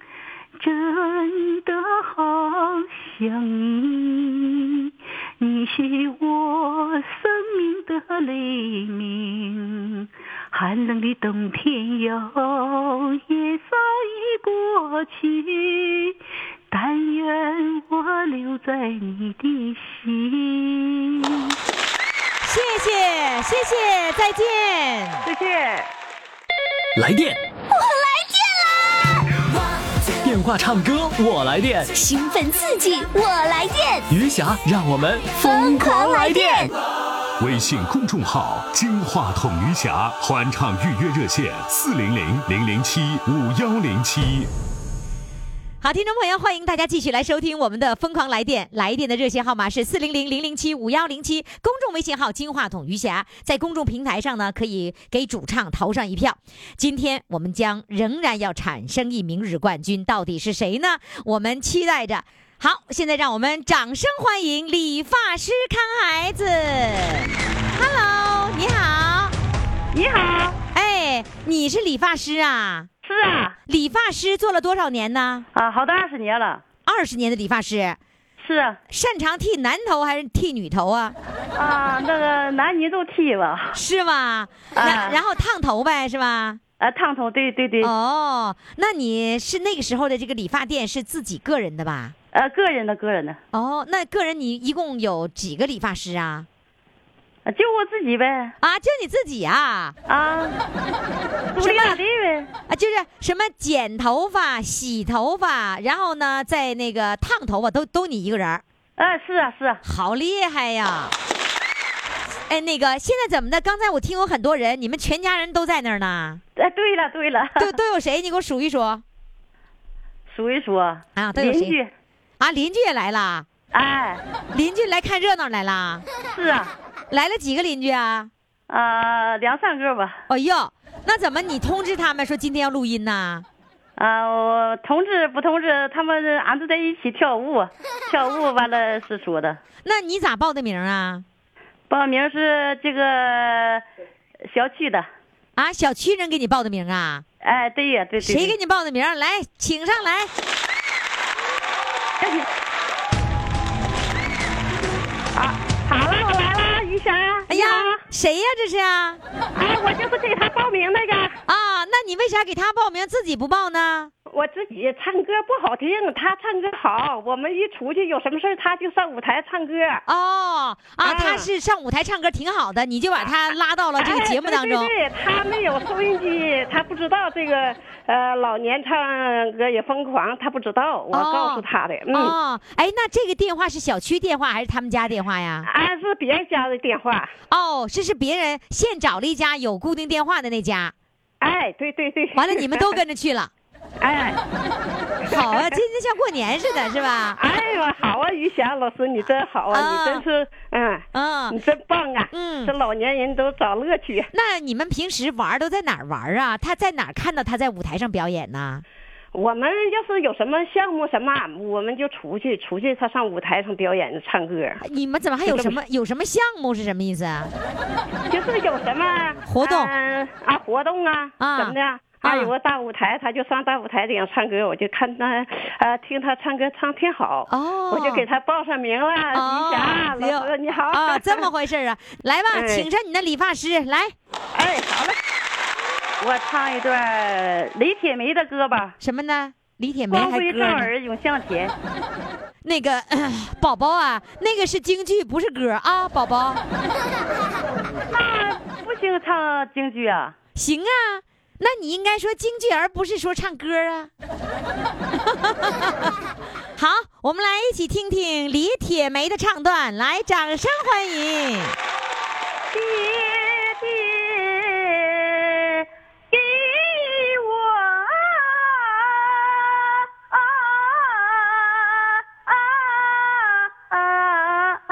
[SPEAKER 8] 真的好想你，你是我生命的黎明。寒冷的冬天哟，也早已过去。但愿我留在你的心。
[SPEAKER 2] 谢谢，谢谢，再见。
[SPEAKER 8] 谢谢。
[SPEAKER 3] 来电，我来电啦！电话唱歌，我来电。
[SPEAKER 9] 啊兴奋刺激，我来电，
[SPEAKER 3] 余霞，让我们
[SPEAKER 9] 疯狂来电！
[SPEAKER 10] 微信公众号“金话筒余霞”欢唱预约热线：四零零零零七五幺零七。
[SPEAKER 2] 好，听众朋友，欢迎大家继续来收听我们的《疯狂来电》，来电的热线号码是四零零零零七五幺零七，公众微信号“金话筒余霞”。在公众平台上呢，可以给主唱投上一票。今天我们将仍然要产生一名日冠军，到底是谁呢？我们期待着。好，现在让我们掌声欢迎理发师康孩子。Hello，你好。
[SPEAKER 11] 你好，
[SPEAKER 2] 哎，你是理发师啊？
[SPEAKER 11] 是啊，
[SPEAKER 2] 理发师做了多少年呢？
[SPEAKER 11] 啊，好大二十年了，
[SPEAKER 2] 二十年的理发师，
[SPEAKER 11] 是啊，
[SPEAKER 2] 擅长剃男头还是剃女头啊？
[SPEAKER 11] 啊，那个男女都剃吧，
[SPEAKER 2] 是吗？
[SPEAKER 11] 啊
[SPEAKER 2] 那然后烫头呗，是吧？
[SPEAKER 11] 啊，烫头，对对对，
[SPEAKER 2] 哦，那你是那个时候的这个理发店是自己个人的吧？
[SPEAKER 11] 呃、个人的个人的，
[SPEAKER 2] 哦，那个人你一共有几个理发师啊？
[SPEAKER 11] 啊就我自己呗，
[SPEAKER 2] 啊，就你自己啊？
[SPEAKER 11] 啊， 独立 大队呗，
[SPEAKER 2] 啊，就是什么剪头发、洗头发，然后呢，在那个烫头发，都都你一个人儿，
[SPEAKER 11] 啊，是啊是啊，
[SPEAKER 2] 好厉害呀！哎，那个现在怎么的？刚才我听有很多人，你们全家人都在那儿 呢，
[SPEAKER 11] 哎、对了对了，
[SPEAKER 2] 都都有谁？你给我数一数啊！
[SPEAKER 11] 数一数啊
[SPEAKER 2] 都有
[SPEAKER 11] 邻
[SPEAKER 2] 谁
[SPEAKER 11] 居，
[SPEAKER 2] 啊邻居也来了，
[SPEAKER 11] 哎，
[SPEAKER 2] 邻居来看热闹来了，
[SPEAKER 11] 是啊，
[SPEAKER 2] 来了几个邻居啊？
[SPEAKER 11] 啊，两三个吧，
[SPEAKER 2] 哎呦，那怎么你通知他们说今天要录音呢？
[SPEAKER 11] 啊，我同志不同志，他们俺都在一起跳舞，跳舞完了是说的。
[SPEAKER 2] 那你咋报的名啊？
[SPEAKER 11] 报名是这个小区的。
[SPEAKER 2] 啊，小区人给你报的名啊？
[SPEAKER 11] 哎，对呀，对对。
[SPEAKER 2] 谁给
[SPEAKER 11] 你？
[SPEAKER 2] 你报的名？来，请上来。
[SPEAKER 11] 好了，我来了，于霞。
[SPEAKER 2] 哎呀，谁呀、这是啊？
[SPEAKER 11] 哎，我就是给他报名那个，
[SPEAKER 2] 啊，那你为啥给他报名，自己不报呢？
[SPEAKER 11] 我自己唱歌不好听，他唱歌好。我们一出去有什么事儿他就上舞台唱歌。
[SPEAKER 2] 哦，啊，
[SPEAKER 11] 啊
[SPEAKER 2] 他是上舞台唱歌挺好的，你就把他拉到了这个节目当中
[SPEAKER 11] 哎、。对对对，他没有收音机，他不知道这个呃老年唱歌也疯狂，他不知道，我
[SPEAKER 2] 哦
[SPEAKER 11] 告诉他的。嗯，
[SPEAKER 2] 哦，哎，那这个电话是小区电话还是他们家电话呀？
[SPEAKER 11] 俺、是别人家的电话。
[SPEAKER 2] 哦，这是别人现找了一家有固定电话的那家，
[SPEAKER 11] 哎，对对对。
[SPEAKER 2] 完了你们都跟着去了。
[SPEAKER 11] 哎。
[SPEAKER 2] 好啊，今天像过年似的，是吧？
[SPEAKER 11] 哎呦，好啊，于霞老师，你真好啊，
[SPEAKER 2] 啊
[SPEAKER 11] 你真是，嗯，你
[SPEAKER 2] 嗯，
[SPEAKER 11] 真棒啊！
[SPEAKER 2] 嗯
[SPEAKER 11] 这老年人都找乐趣。
[SPEAKER 2] 那你们平时玩儿都在哪儿玩儿啊？他在哪儿看到他在舞台上表演呢？
[SPEAKER 11] 我们要是有什么项目什么，我们就出去，出去他上舞台上表演唱歌，
[SPEAKER 2] 你们怎么还有什么有什么项目是什么意思啊？
[SPEAKER 11] 就是有什么
[SPEAKER 2] 活动
[SPEAKER 11] 嗯啊活动啊，
[SPEAKER 2] 啊
[SPEAKER 11] 什么的。
[SPEAKER 2] 啊
[SPEAKER 11] 啊，有个大舞台，他就上大舞台顶唱歌，我就看他，呃，听他唱歌唱挺好，
[SPEAKER 2] 哦
[SPEAKER 11] 我就给他报上名了。于霞老
[SPEAKER 2] 哟
[SPEAKER 11] 师，你好
[SPEAKER 2] 啊，这么回事儿啊？来 吧，
[SPEAKER 11] 哎
[SPEAKER 2] 请上你的理发师来，
[SPEAKER 11] 哎，好嘞，我唱一段李铁梅的歌吧，
[SPEAKER 2] 什么呢？李铁
[SPEAKER 11] 《
[SPEAKER 2] 梅
[SPEAKER 11] 光
[SPEAKER 2] 还
[SPEAKER 11] 辉
[SPEAKER 2] 歌
[SPEAKER 11] 照
[SPEAKER 2] 呢？
[SPEAKER 11] 儿永向前》。
[SPEAKER 2] 那个、 呃宝宝啊，那个是京剧，不是歌啊，宝宝。
[SPEAKER 11] 那不行，唱京剧啊？
[SPEAKER 2] 行啊，那你应该说京剧，而不是说唱歌啊。好，我们来一起听听李铁梅的唱段，来，掌声欢迎。
[SPEAKER 11] 爹爹给我啊啊啊啊啊！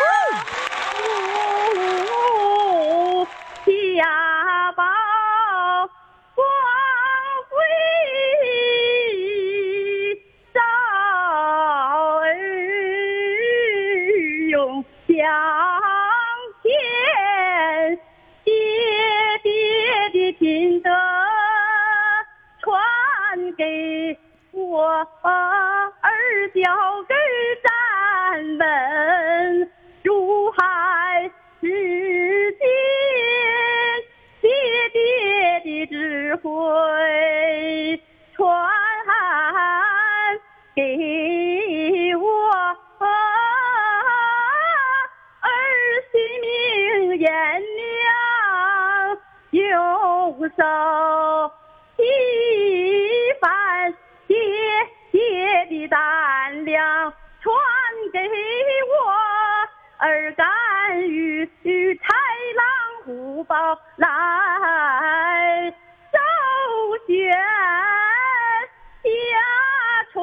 [SPEAKER 11] 五家宝光辉照儿永向前，爹爹的品德传给我儿脚跟站稳，如海之间，爹爹的智慧传给我儿媳命颜娘右手一番爹爹的胆量传给我儿敢与与豺狼虎豹来周旋。家传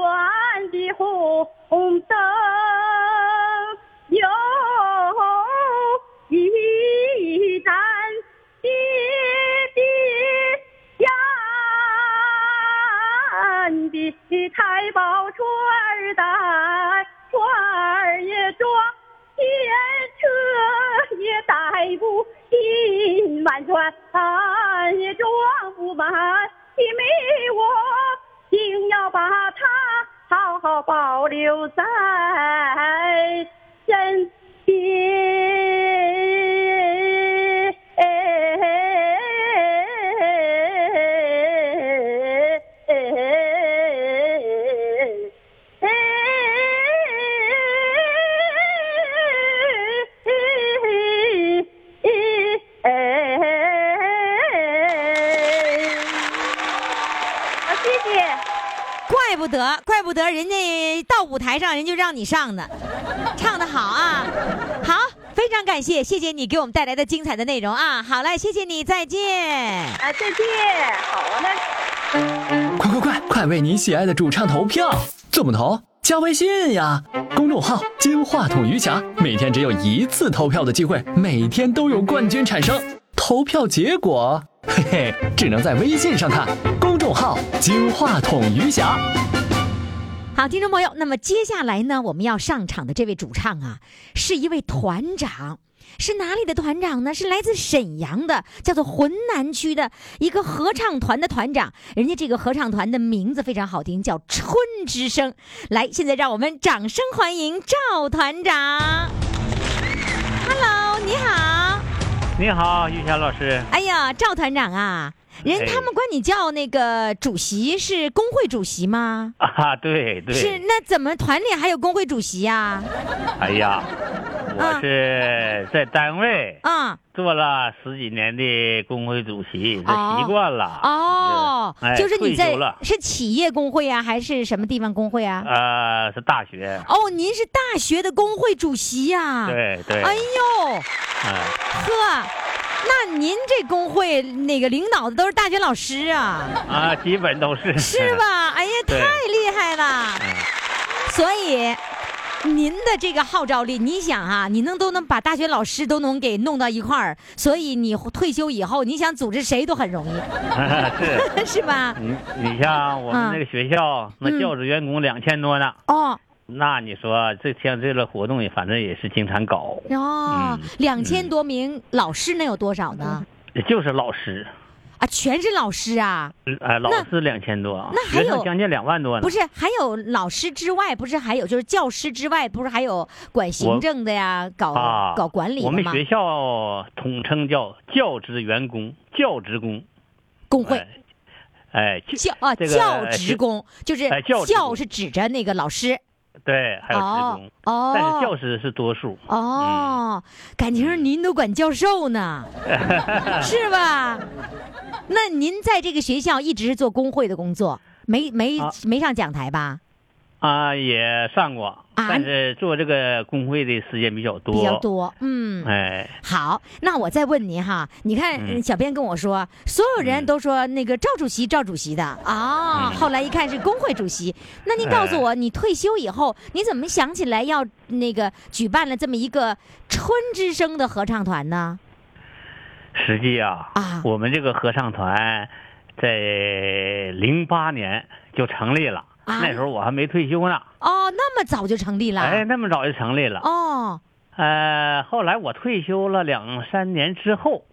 [SPEAKER 11] 的红灯有一盏爹爹家的财宝传代。好保留在身边。啊，谢谢。
[SPEAKER 2] 怪不得，怪不得人家到舞台上人就让你上呢，唱的好啊！好，非常感谢，谢谢你给我们带来的精彩的内容啊！好嘞，谢谢你，再见。
[SPEAKER 11] 啊，再见。好嘞。
[SPEAKER 3] 快快快，快为你喜爱的主唱投票！怎么投？加微信呀，公众号“金话筒余霞”，每天只有一次投票的机会，每天都有冠军产生。投票结果，嘿嘿，只能在微信上看。公众号“金话筒余霞”。
[SPEAKER 2] 好，听众朋友，那么接下来呢，我们要上场的这位主唱啊，是一位团长，是哪里的团长呢？是来自沈阳的，叫做浑南区的一个合唱团的团长。人家这个合唱团的名字非常好听，叫春之声。来，现在让我们掌声欢迎赵团长。Hello，你好。
[SPEAKER 12] 你好，玉霞老师。
[SPEAKER 2] 哎呀，赵团长啊，人
[SPEAKER 12] 哎
[SPEAKER 2] 他们管你叫那个主席是工会主席吗？
[SPEAKER 12] 啊，对对，
[SPEAKER 2] 是，那怎么团里还有工会主席呀、
[SPEAKER 12] 哎呀，
[SPEAKER 2] 啊
[SPEAKER 12] 我是在单位
[SPEAKER 2] 啊？
[SPEAKER 12] 做了十几年的工会主席，这
[SPEAKER 2] 哦
[SPEAKER 12] 习惯了。
[SPEAKER 2] 哦
[SPEAKER 12] 哎，
[SPEAKER 2] 就是你
[SPEAKER 12] 退
[SPEAKER 2] 在
[SPEAKER 12] 休了。
[SPEAKER 2] 是企业工会啊，还是什么地方工会啊？
[SPEAKER 12] 呃，是大学。
[SPEAKER 2] 哦，您是大学的工会主席呀、
[SPEAKER 12] 对对。
[SPEAKER 2] 哎呦，
[SPEAKER 12] 嗯
[SPEAKER 2] 呵，那您这工会那个领导的都是大学老师啊，
[SPEAKER 12] 啊，基本都是。
[SPEAKER 2] 是？吧？哎呀，太
[SPEAKER 12] 对嗯
[SPEAKER 2] 厉害了！所以。您的这个号召力，你想啊，你能都能把大学老师都能给弄到一块儿，所以你退休以后，你想组织谁都很容易，
[SPEAKER 12] 是。
[SPEAKER 2] 是吧？
[SPEAKER 12] 你你像我
[SPEAKER 2] 嗯
[SPEAKER 12] 们那个学校，那教职员工两千多呢。
[SPEAKER 2] 哦，
[SPEAKER 12] 那你说这像这个活动也反正也是经常搞，
[SPEAKER 2] 哦
[SPEAKER 12] 嗯，
[SPEAKER 2] 两千多名老师能有多少呢？
[SPEAKER 12] 就是老师，
[SPEAKER 2] 啊，全是老师啊！
[SPEAKER 12] 呃，老师两千多
[SPEAKER 2] 那，还
[SPEAKER 12] 学
[SPEAKER 2] 有
[SPEAKER 12] 生将近两万多呢。
[SPEAKER 2] 不是，还有老师之外，不是还有就是教师之外，不是还有管行政的呀，搞、
[SPEAKER 12] 啊，
[SPEAKER 2] 搞管理
[SPEAKER 12] 我
[SPEAKER 2] 的
[SPEAKER 12] 们
[SPEAKER 2] 吗？
[SPEAKER 12] 学校统称叫教职员工、教职工。
[SPEAKER 2] 工会
[SPEAKER 12] 哎。哎， 就
[SPEAKER 2] 教啊、
[SPEAKER 12] 这个
[SPEAKER 2] 教职工就是、
[SPEAKER 12] 哎教职
[SPEAKER 2] 教
[SPEAKER 12] 工
[SPEAKER 2] 是指着那个老师
[SPEAKER 12] 对，还有职
[SPEAKER 2] 哦
[SPEAKER 12] 工，
[SPEAKER 2] 哦
[SPEAKER 12] 但是教师嗯是多数。
[SPEAKER 2] 哦，感情上您都管教授 呢，是吧？那您在这个学校一直是做工会的工作，没没、
[SPEAKER 12] 啊
[SPEAKER 2] 没上讲台吧？
[SPEAKER 12] 啊，也上过，但是做这个工会的时间比较多。
[SPEAKER 2] 啊比较。多，嗯，
[SPEAKER 12] 哎，
[SPEAKER 2] 好，那我再问您哈，你看、
[SPEAKER 12] 嗯
[SPEAKER 2] 小编跟我说，所有人
[SPEAKER 12] 嗯
[SPEAKER 2] 都说那个赵主席，赵主席的啊、
[SPEAKER 12] 嗯哎
[SPEAKER 2] 后来一看是工会主席，那您告诉我，你退休以后，你怎么想起来要那个举办了这么一个春之声的合唱团呢？
[SPEAKER 12] 实际啊，
[SPEAKER 2] 啊
[SPEAKER 12] 我们这个合唱团在零八年就成立了，
[SPEAKER 2] 啊
[SPEAKER 12] 那时候我还没退休呢。
[SPEAKER 2] 哦，那么早就成立了？
[SPEAKER 12] 哎，那么早就成立了。
[SPEAKER 2] 哦，
[SPEAKER 12] 呃，后来我退休了两三年之后，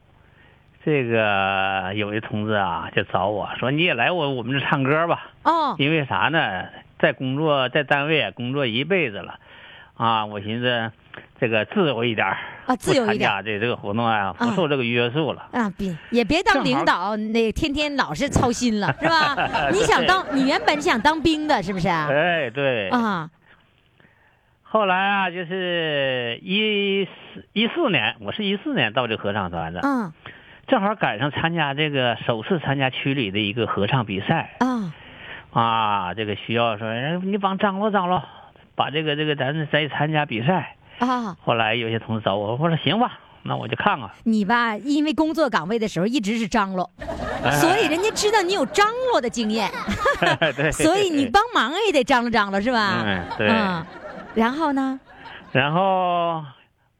[SPEAKER 12] 这个有一同志啊就找我说：“你也来我我们这唱歌吧。”
[SPEAKER 2] 哦，
[SPEAKER 12] 因为啥呢？在工作在单位工作一辈子了，啊，我寻思这个自由一点儿
[SPEAKER 2] 啊自由一点
[SPEAKER 12] 不参加这这个活动啊，不
[SPEAKER 2] 啊
[SPEAKER 12] 受这个约束了。
[SPEAKER 2] 啊，别也别当
[SPEAKER 12] 正好
[SPEAKER 2] 领导，那天天老是操心 了，是吧？你想当，你原本想当兵的，是不是？啊，
[SPEAKER 12] 哎，对。后来啊，就是一四一四年，我是一四年到这合唱团的，
[SPEAKER 2] 嗯，
[SPEAKER 12] 正好赶上参加这个首次参加区里的一个合唱比赛。
[SPEAKER 2] 啊，
[SPEAKER 12] 啊，这个需要说，哎你帮张罗张罗，把这个这个咱再参加比赛。
[SPEAKER 2] 啊。
[SPEAKER 12] 后来有些同事找我，我说行吧，那我就 看看。
[SPEAKER 2] 你吧，因为工作岗位的时候一直是张罗，
[SPEAKER 12] 哎
[SPEAKER 2] 所以人家知道你有张罗的经 验，
[SPEAKER 12] 对，
[SPEAKER 2] 所以你帮忙也得张罗张罗，是吧？
[SPEAKER 12] 嗯对
[SPEAKER 2] 然后呢？
[SPEAKER 12] 然后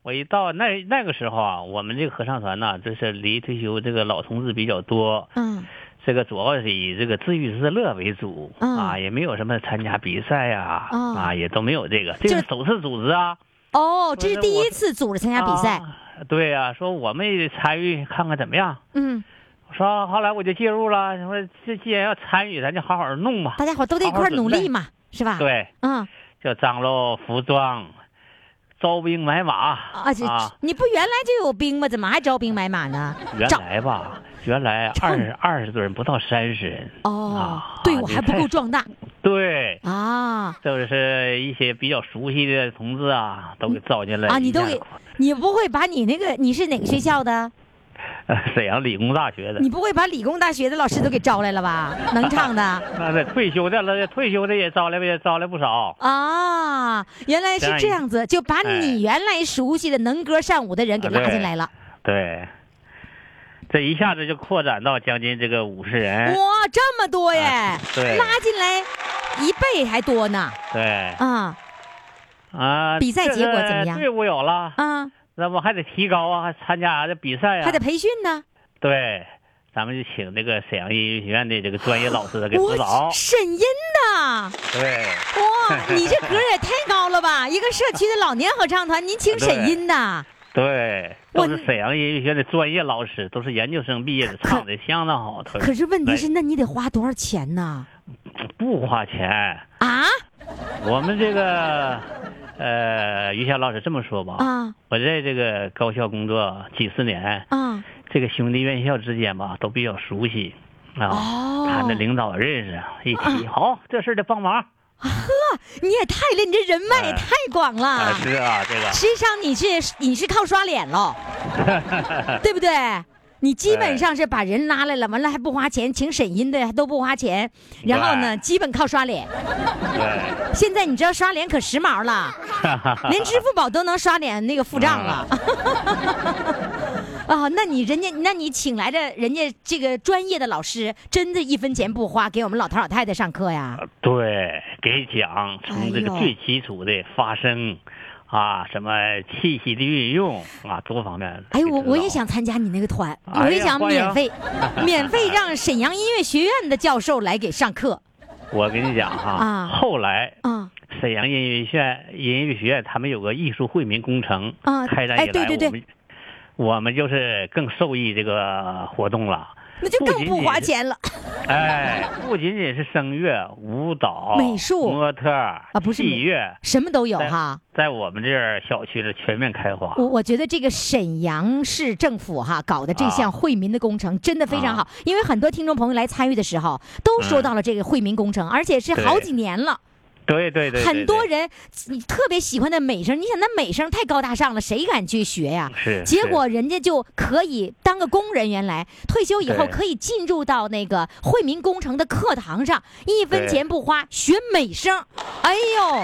[SPEAKER 12] 我一到那那个时候啊，我们这个合唱团呢、就是离退休这个老同志比较多，
[SPEAKER 2] 嗯，
[SPEAKER 12] 这个主要是以这个自娱自乐为主、
[SPEAKER 2] 嗯
[SPEAKER 12] 啊，也没有什么参加比赛呀、啊，
[SPEAKER 2] 哦
[SPEAKER 12] 也都没有这个，
[SPEAKER 2] 就
[SPEAKER 12] 这是首次组织啊，
[SPEAKER 2] 哦，
[SPEAKER 12] 不
[SPEAKER 2] 这
[SPEAKER 12] 是
[SPEAKER 2] 是第一
[SPEAKER 12] 我
[SPEAKER 2] 次组织参加比赛。
[SPEAKER 12] 啊对呀、说我们也参与看看怎么样。
[SPEAKER 2] 嗯，
[SPEAKER 12] 说后来我就介入了，说这既然要参与，咱就好好弄吧。
[SPEAKER 2] 大家伙都得一块儿努力嘛，是吧？，
[SPEAKER 12] 对，
[SPEAKER 2] 嗯
[SPEAKER 12] 就张罗服装，招兵买马
[SPEAKER 2] 啊，这你不原来就有兵吗？怎么还招兵买马呢？
[SPEAKER 12] 原
[SPEAKER 2] 长
[SPEAKER 12] 来吧，原来
[SPEAKER 2] 仗
[SPEAKER 12] 二十二十多人不到三十人，
[SPEAKER 2] 哦
[SPEAKER 12] 啊，
[SPEAKER 2] 队伍还不
[SPEAKER 12] 你
[SPEAKER 2] 够
[SPEAKER 12] 看
[SPEAKER 2] 壮大
[SPEAKER 12] 对，
[SPEAKER 2] 啊
[SPEAKER 12] 就是一些比较熟悉的同志啊，都给招进来
[SPEAKER 2] 啊！你都
[SPEAKER 12] 一
[SPEAKER 2] 给
[SPEAKER 12] 下 子，
[SPEAKER 2] 你不会把你那个你是哪个学校的？
[SPEAKER 12] 呃沈阳理工大学的
[SPEAKER 2] 你，不会把理工大学的老师都给招来了 吧？能唱的
[SPEAKER 12] 那那退休的了，退休的也招来也招来不少，
[SPEAKER 2] 啊，原来是这样子，就把你原来熟悉的能歌善舞的人给
[SPEAKER 12] 啊对
[SPEAKER 2] 拉进来了。
[SPEAKER 12] 对，这一下子就扩展到将近这个五十
[SPEAKER 2] 哇，
[SPEAKER 12] 人，
[SPEAKER 2] 这么多耶！
[SPEAKER 12] 哎对
[SPEAKER 2] 拉进来一倍还多呢
[SPEAKER 12] 对
[SPEAKER 2] 啊
[SPEAKER 12] 啊，
[SPEAKER 2] 比赛结果怎么样
[SPEAKER 12] 这个队伍有了，
[SPEAKER 2] 啊！
[SPEAKER 12] 那么还得提高啊，还参加这比赛啊，
[SPEAKER 2] 还得培训呢。
[SPEAKER 12] 对，咱们就请这个沈阳音乐学院的这个专业老师给指导
[SPEAKER 2] 我。沈音呐，
[SPEAKER 12] 对，
[SPEAKER 2] 哇，你这格儿也太高了吧！一个社区的老年合唱团，您
[SPEAKER 12] 哎
[SPEAKER 2] 请沈音呐，
[SPEAKER 12] 对，
[SPEAKER 2] 我
[SPEAKER 12] 都是沈阳音乐学院的专业老师，都是研究生毕业的，
[SPEAKER 2] 可
[SPEAKER 12] 唱的相当好。可
[SPEAKER 2] 可是问题是，那你得花多少钱呢？
[SPEAKER 12] 哎不花钱。
[SPEAKER 2] 啊
[SPEAKER 12] 我们这个，呃，于霞老师这么说吧，
[SPEAKER 2] 啊
[SPEAKER 12] 我在这个高校工作几十年，
[SPEAKER 2] 啊！
[SPEAKER 12] 这个兄弟院校之间吧都比较熟悉，啊，
[SPEAKER 2] 哦嗯
[SPEAKER 12] 他的领导认识，一提、好这事儿得帮忙。
[SPEAKER 2] 你也太厉害，你这人脉也太广
[SPEAKER 12] 啊，
[SPEAKER 2] 了。
[SPEAKER 12] 是啊，这个。
[SPEAKER 2] 实际上你嗯是你是靠刷脸喽，对不对？你基本上是把人拉来了，完了还不花钱，请沈音的还都不花钱，然后呢，
[SPEAKER 12] 对
[SPEAKER 2] 基本靠刷脸。
[SPEAKER 12] 对，
[SPEAKER 2] 现在你知道刷脸可时髦了，连支付宝都能刷脸那个付账了。 啊、那你人家，那你请来的人家这个专业的老师，真的一分钱不花，给我们老头老太太上课呀？
[SPEAKER 12] 对，给讲从这个
[SPEAKER 2] 哎呦
[SPEAKER 12] 最基础的发声，啊，什么气息的运用啊，多方面。
[SPEAKER 2] 哎呦，我我也，想参加你那个团，
[SPEAKER 12] 哎呀
[SPEAKER 2] 我也想
[SPEAKER 12] 欢迎
[SPEAKER 2] 免 费，免费让沈阳音乐学院的教授来给上课
[SPEAKER 12] 我跟你讲哈、
[SPEAKER 2] 啊
[SPEAKER 12] 后来
[SPEAKER 2] 啊
[SPEAKER 12] 沈阳音乐学院音乐学院他们有个艺术惠民工程，
[SPEAKER 2] 啊！
[SPEAKER 12] 开展以来、
[SPEAKER 2] 哎，对对
[SPEAKER 12] 我
[SPEAKER 2] 对，
[SPEAKER 12] 们我们就是更受益这个活动了。
[SPEAKER 2] 那就
[SPEAKER 12] 不
[SPEAKER 2] 更
[SPEAKER 12] 仅
[SPEAKER 2] 不
[SPEAKER 12] 仅
[SPEAKER 2] 花
[SPEAKER 12] 是
[SPEAKER 2] 钱了。
[SPEAKER 12] 哎，不仅仅是声乐、舞蹈、
[SPEAKER 2] 美术
[SPEAKER 12] 模特啊
[SPEAKER 2] 啊不是美
[SPEAKER 12] 器乐，
[SPEAKER 2] 什么都有
[SPEAKER 12] 在
[SPEAKER 2] 哈。
[SPEAKER 12] 在我们这儿小区这全面开花。
[SPEAKER 2] 我我觉得这个沈阳市政府哈搞的这项
[SPEAKER 12] 啊
[SPEAKER 2] 惠民的工程真的非常好，
[SPEAKER 12] 啊嗯
[SPEAKER 2] 因为很多听众朋友来参与的时候都说到了这个惠民工程，而且是好几年了，
[SPEAKER 12] 对对对，对
[SPEAKER 2] 很多
[SPEAKER 12] 对
[SPEAKER 2] 人你特别喜欢的美声，你想那美声太高大上了，谁敢去学呀？
[SPEAKER 12] 是
[SPEAKER 2] 结
[SPEAKER 12] 是
[SPEAKER 2] 果人家就可以当个工人，原来退休以后
[SPEAKER 12] 对
[SPEAKER 2] 可以进入到那个惠民工程的课堂上，一分
[SPEAKER 12] 对
[SPEAKER 2] 钱不花学美声，哎呦，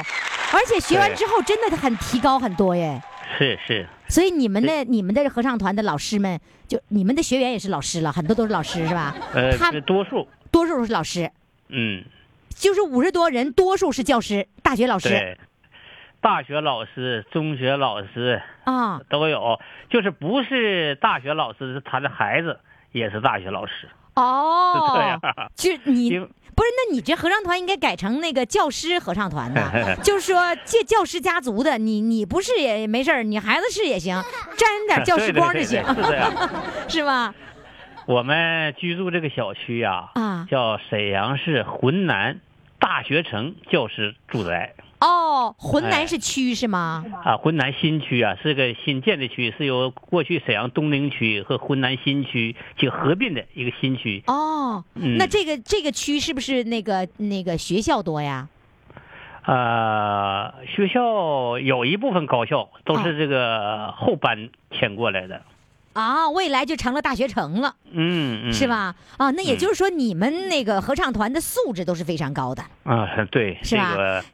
[SPEAKER 2] 而且学完
[SPEAKER 12] 对
[SPEAKER 2] 之后真的很提高很多耶。
[SPEAKER 12] 是是，
[SPEAKER 2] 所以你们的你们的合唱团的老师们，就你们的学员也是老师了，很多都是老师是吧？
[SPEAKER 12] 呃，
[SPEAKER 2] 他
[SPEAKER 12] 这多数，
[SPEAKER 2] 多数是老师，
[SPEAKER 12] 嗯，
[SPEAKER 2] 就是五十多人，多数是教师、大学老师
[SPEAKER 12] 对，大学老师、中学老师
[SPEAKER 2] 啊。
[SPEAKER 12] 都有，就是不是大学老师，是他的孩子也是大学老师。是这
[SPEAKER 2] 哦
[SPEAKER 12] 样啊，
[SPEAKER 2] 就是你
[SPEAKER 12] 因为
[SPEAKER 2] 不是？那你这合唱团应该改成那个教师合唱团 呢？就是说，这教师家族的，你你不是也没事儿，你孩子是也行，沾点 教师
[SPEAKER 12] 对对
[SPEAKER 2] 光就
[SPEAKER 12] 对
[SPEAKER 2] 行
[SPEAKER 12] 对，是这样。
[SPEAKER 2] 是吧？
[SPEAKER 12] 我们居住这个小区呀、
[SPEAKER 2] 啊
[SPEAKER 12] 叫沈阳市浑南大学城教师住宅
[SPEAKER 2] 哦，浑南
[SPEAKER 12] 哎
[SPEAKER 2] 是区是吗？
[SPEAKER 12] 啊，浑南新区啊是个新建的区，是由过去沈阳东陵区和浑南新区去合并的一个新区。
[SPEAKER 2] 哦，
[SPEAKER 12] 嗯
[SPEAKER 2] 那这个这个区是不是那个那个学校多呀？
[SPEAKER 12] 嗯呃，学校有一部分高校都是这个后班迁过来的，
[SPEAKER 2] 啊，未来就成了大学城了，
[SPEAKER 12] 嗯，嗯
[SPEAKER 2] 是？吧？啊，那也就是说，你们那个合唱团的素质都是非常高的，
[SPEAKER 12] 啊，对，
[SPEAKER 2] 是
[SPEAKER 12] 这
[SPEAKER 2] 吧
[SPEAKER 12] 个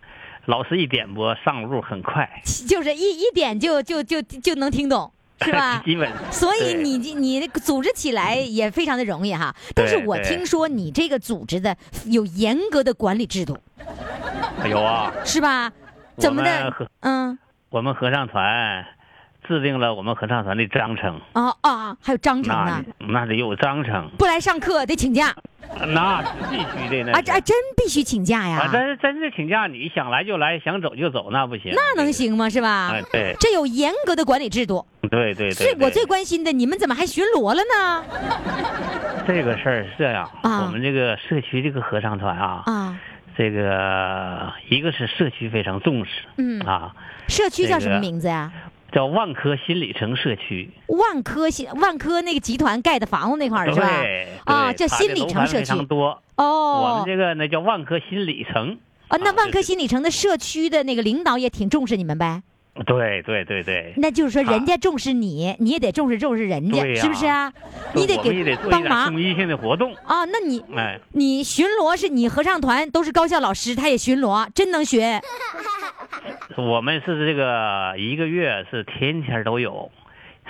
[SPEAKER 12] 老师一点拨上路很快，？
[SPEAKER 2] 就是一一点就就就就能听懂，是吧
[SPEAKER 12] 基本。
[SPEAKER 2] 所以
[SPEAKER 12] 对
[SPEAKER 2] 你你你组织起来也非常的容易哈。但是
[SPEAKER 12] 对
[SPEAKER 2] 我
[SPEAKER 12] 对
[SPEAKER 2] 听说你这个组织的有严格的管理制度，
[SPEAKER 12] 有啊，
[SPEAKER 2] 是吧？
[SPEAKER 12] 我
[SPEAKER 2] 怎么
[SPEAKER 12] 们
[SPEAKER 2] 的
[SPEAKER 12] 合？
[SPEAKER 2] 嗯，
[SPEAKER 12] 我们合唱团制定了我们合唱团的章程，
[SPEAKER 2] 啊啊，还有章程
[SPEAKER 12] 那
[SPEAKER 2] 呢，
[SPEAKER 12] 那得有章程，
[SPEAKER 2] 不来上课得请假
[SPEAKER 12] 那是必须的
[SPEAKER 2] 啊！
[SPEAKER 12] 那
[SPEAKER 2] 这
[SPEAKER 12] 是。
[SPEAKER 2] 还真必须请假呀。
[SPEAKER 12] 啊，真真是请假，你想来就来，想走就走，那不行。
[SPEAKER 2] 那能行吗？是吧？
[SPEAKER 12] 哎对
[SPEAKER 2] 这有严格的管理制度。
[SPEAKER 12] 对？对对对，
[SPEAKER 2] 最我
[SPEAKER 12] 对
[SPEAKER 2] 最关心的，你们怎么还巡逻了呢？
[SPEAKER 12] 这个事儿是这样，
[SPEAKER 2] 啊
[SPEAKER 12] 我们这个社区这个合唱团啊，
[SPEAKER 2] 啊
[SPEAKER 12] 这个一个是社区非常重视，
[SPEAKER 2] 嗯
[SPEAKER 12] 啊，
[SPEAKER 2] 社区叫什么
[SPEAKER 12] 这个
[SPEAKER 2] 名字呀？
[SPEAKER 12] 叫万科新里程社区，
[SPEAKER 2] 万科新万科那个集团盖的房子那块儿
[SPEAKER 12] 对
[SPEAKER 2] 是吧？
[SPEAKER 12] 对
[SPEAKER 2] 啊叫
[SPEAKER 12] 它
[SPEAKER 2] 新
[SPEAKER 12] 的
[SPEAKER 2] 里
[SPEAKER 12] 楼
[SPEAKER 2] 程
[SPEAKER 12] 盘
[SPEAKER 2] 社
[SPEAKER 12] 非
[SPEAKER 2] 区
[SPEAKER 12] 常多。我们
[SPEAKER 2] 哦，
[SPEAKER 12] 这个呢叫万科新里程，
[SPEAKER 2] 啊，那
[SPEAKER 12] 啊
[SPEAKER 2] 万
[SPEAKER 12] 就
[SPEAKER 2] 科
[SPEAKER 12] 是
[SPEAKER 2] 新里程的社区的那个领导也挺重视你们呗？
[SPEAKER 12] 对对对对，
[SPEAKER 2] 那就是说，
[SPEAKER 12] 啊
[SPEAKER 2] 人家重视你，你也得重视重视人家，
[SPEAKER 12] 对呀
[SPEAKER 2] 是不是啊？你得
[SPEAKER 12] 我们也
[SPEAKER 2] 给
[SPEAKER 12] 得做一
[SPEAKER 2] 帮
[SPEAKER 12] 点
[SPEAKER 2] 忙
[SPEAKER 12] 公益性的活动，
[SPEAKER 2] 啊。那你
[SPEAKER 12] 哎，
[SPEAKER 2] 你巡逻是你合唱团都是高校老师，他也巡逻，真能巡。
[SPEAKER 12] 我们是这个一个月是天天都有，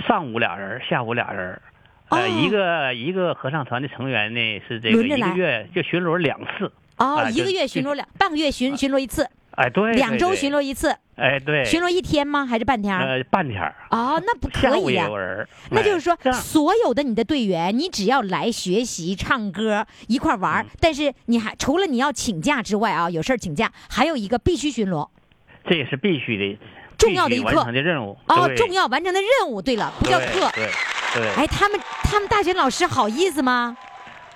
[SPEAKER 12] 上午俩人，下午俩人。呃，
[SPEAKER 2] 哦
[SPEAKER 12] 一个一个合唱团的成员呢是这个
[SPEAKER 2] 轮着
[SPEAKER 12] 一个
[SPEAKER 2] 来
[SPEAKER 12] 月就巡逻两次，
[SPEAKER 2] 哦，
[SPEAKER 12] 啊
[SPEAKER 2] 一个
[SPEAKER 12] 就
[SPEAKER 2] 月巡
[SPEAKER 12] 就
[SPEAKER 2] 逻两，半个月巡巡逻一次，
[SPEAKER 12] 哎，对，
[SPEAKER 2] 两
[SPEAKER 12] 对
[SPEAKER 2] 周
[SPEAKER 12] 对
[SPEAKER 2] 巡逻一次，
[SPEAKER 12] 哎，对，
[SPEAKER 2] 巡逻一天吗？还是半天儿？
[SPEAKER 12] 呃半天儿，
[SPEAKER 2] 哦，那不
[SPEAKER 12] 下
[SPEAKER 2] 可
[SPEAKER 12] 午
[SPEAKER 2] 以
[SPEAKER 12] 也
[SPEAKER 2] 呀
[SPEAKER 12] 有。人儿，
[SPEAKER 2] 那
[SPEAKER 12] 哎
[SPEAKER 2] 就是说
[SPEAKER 12] 这，样
[SPEAKER 2] 所有的你的队员，你只要来学习、唱歌一块儿玩
[SPEAKER 12] 嗯
[SPEAKER 2] 儿，但是你还除了你要请假之外啊，有事儿请假，还有一个必须巡逻。
[SPEAKER 12] 这也是必须的，
[SPEAKER 2] 重要的
[SPEAKER 12] 必须
[SPEAKER 2] 一
[SPEAKER 12] 完
[SPEAKER 2] 刻
[SPEAKER 12] 成的任务
[SPEAKER 2] 哦，
[SPEAKER 12] 对
[SPEAKER 2] 重要完成的任务。对了，不叫
[SPEAKER 12] 对
[SPEAKER 2] 课。
[SPEAKER 12] 对对，
[SPEAKER 2] 哎，他们他们大学老师好意思吗？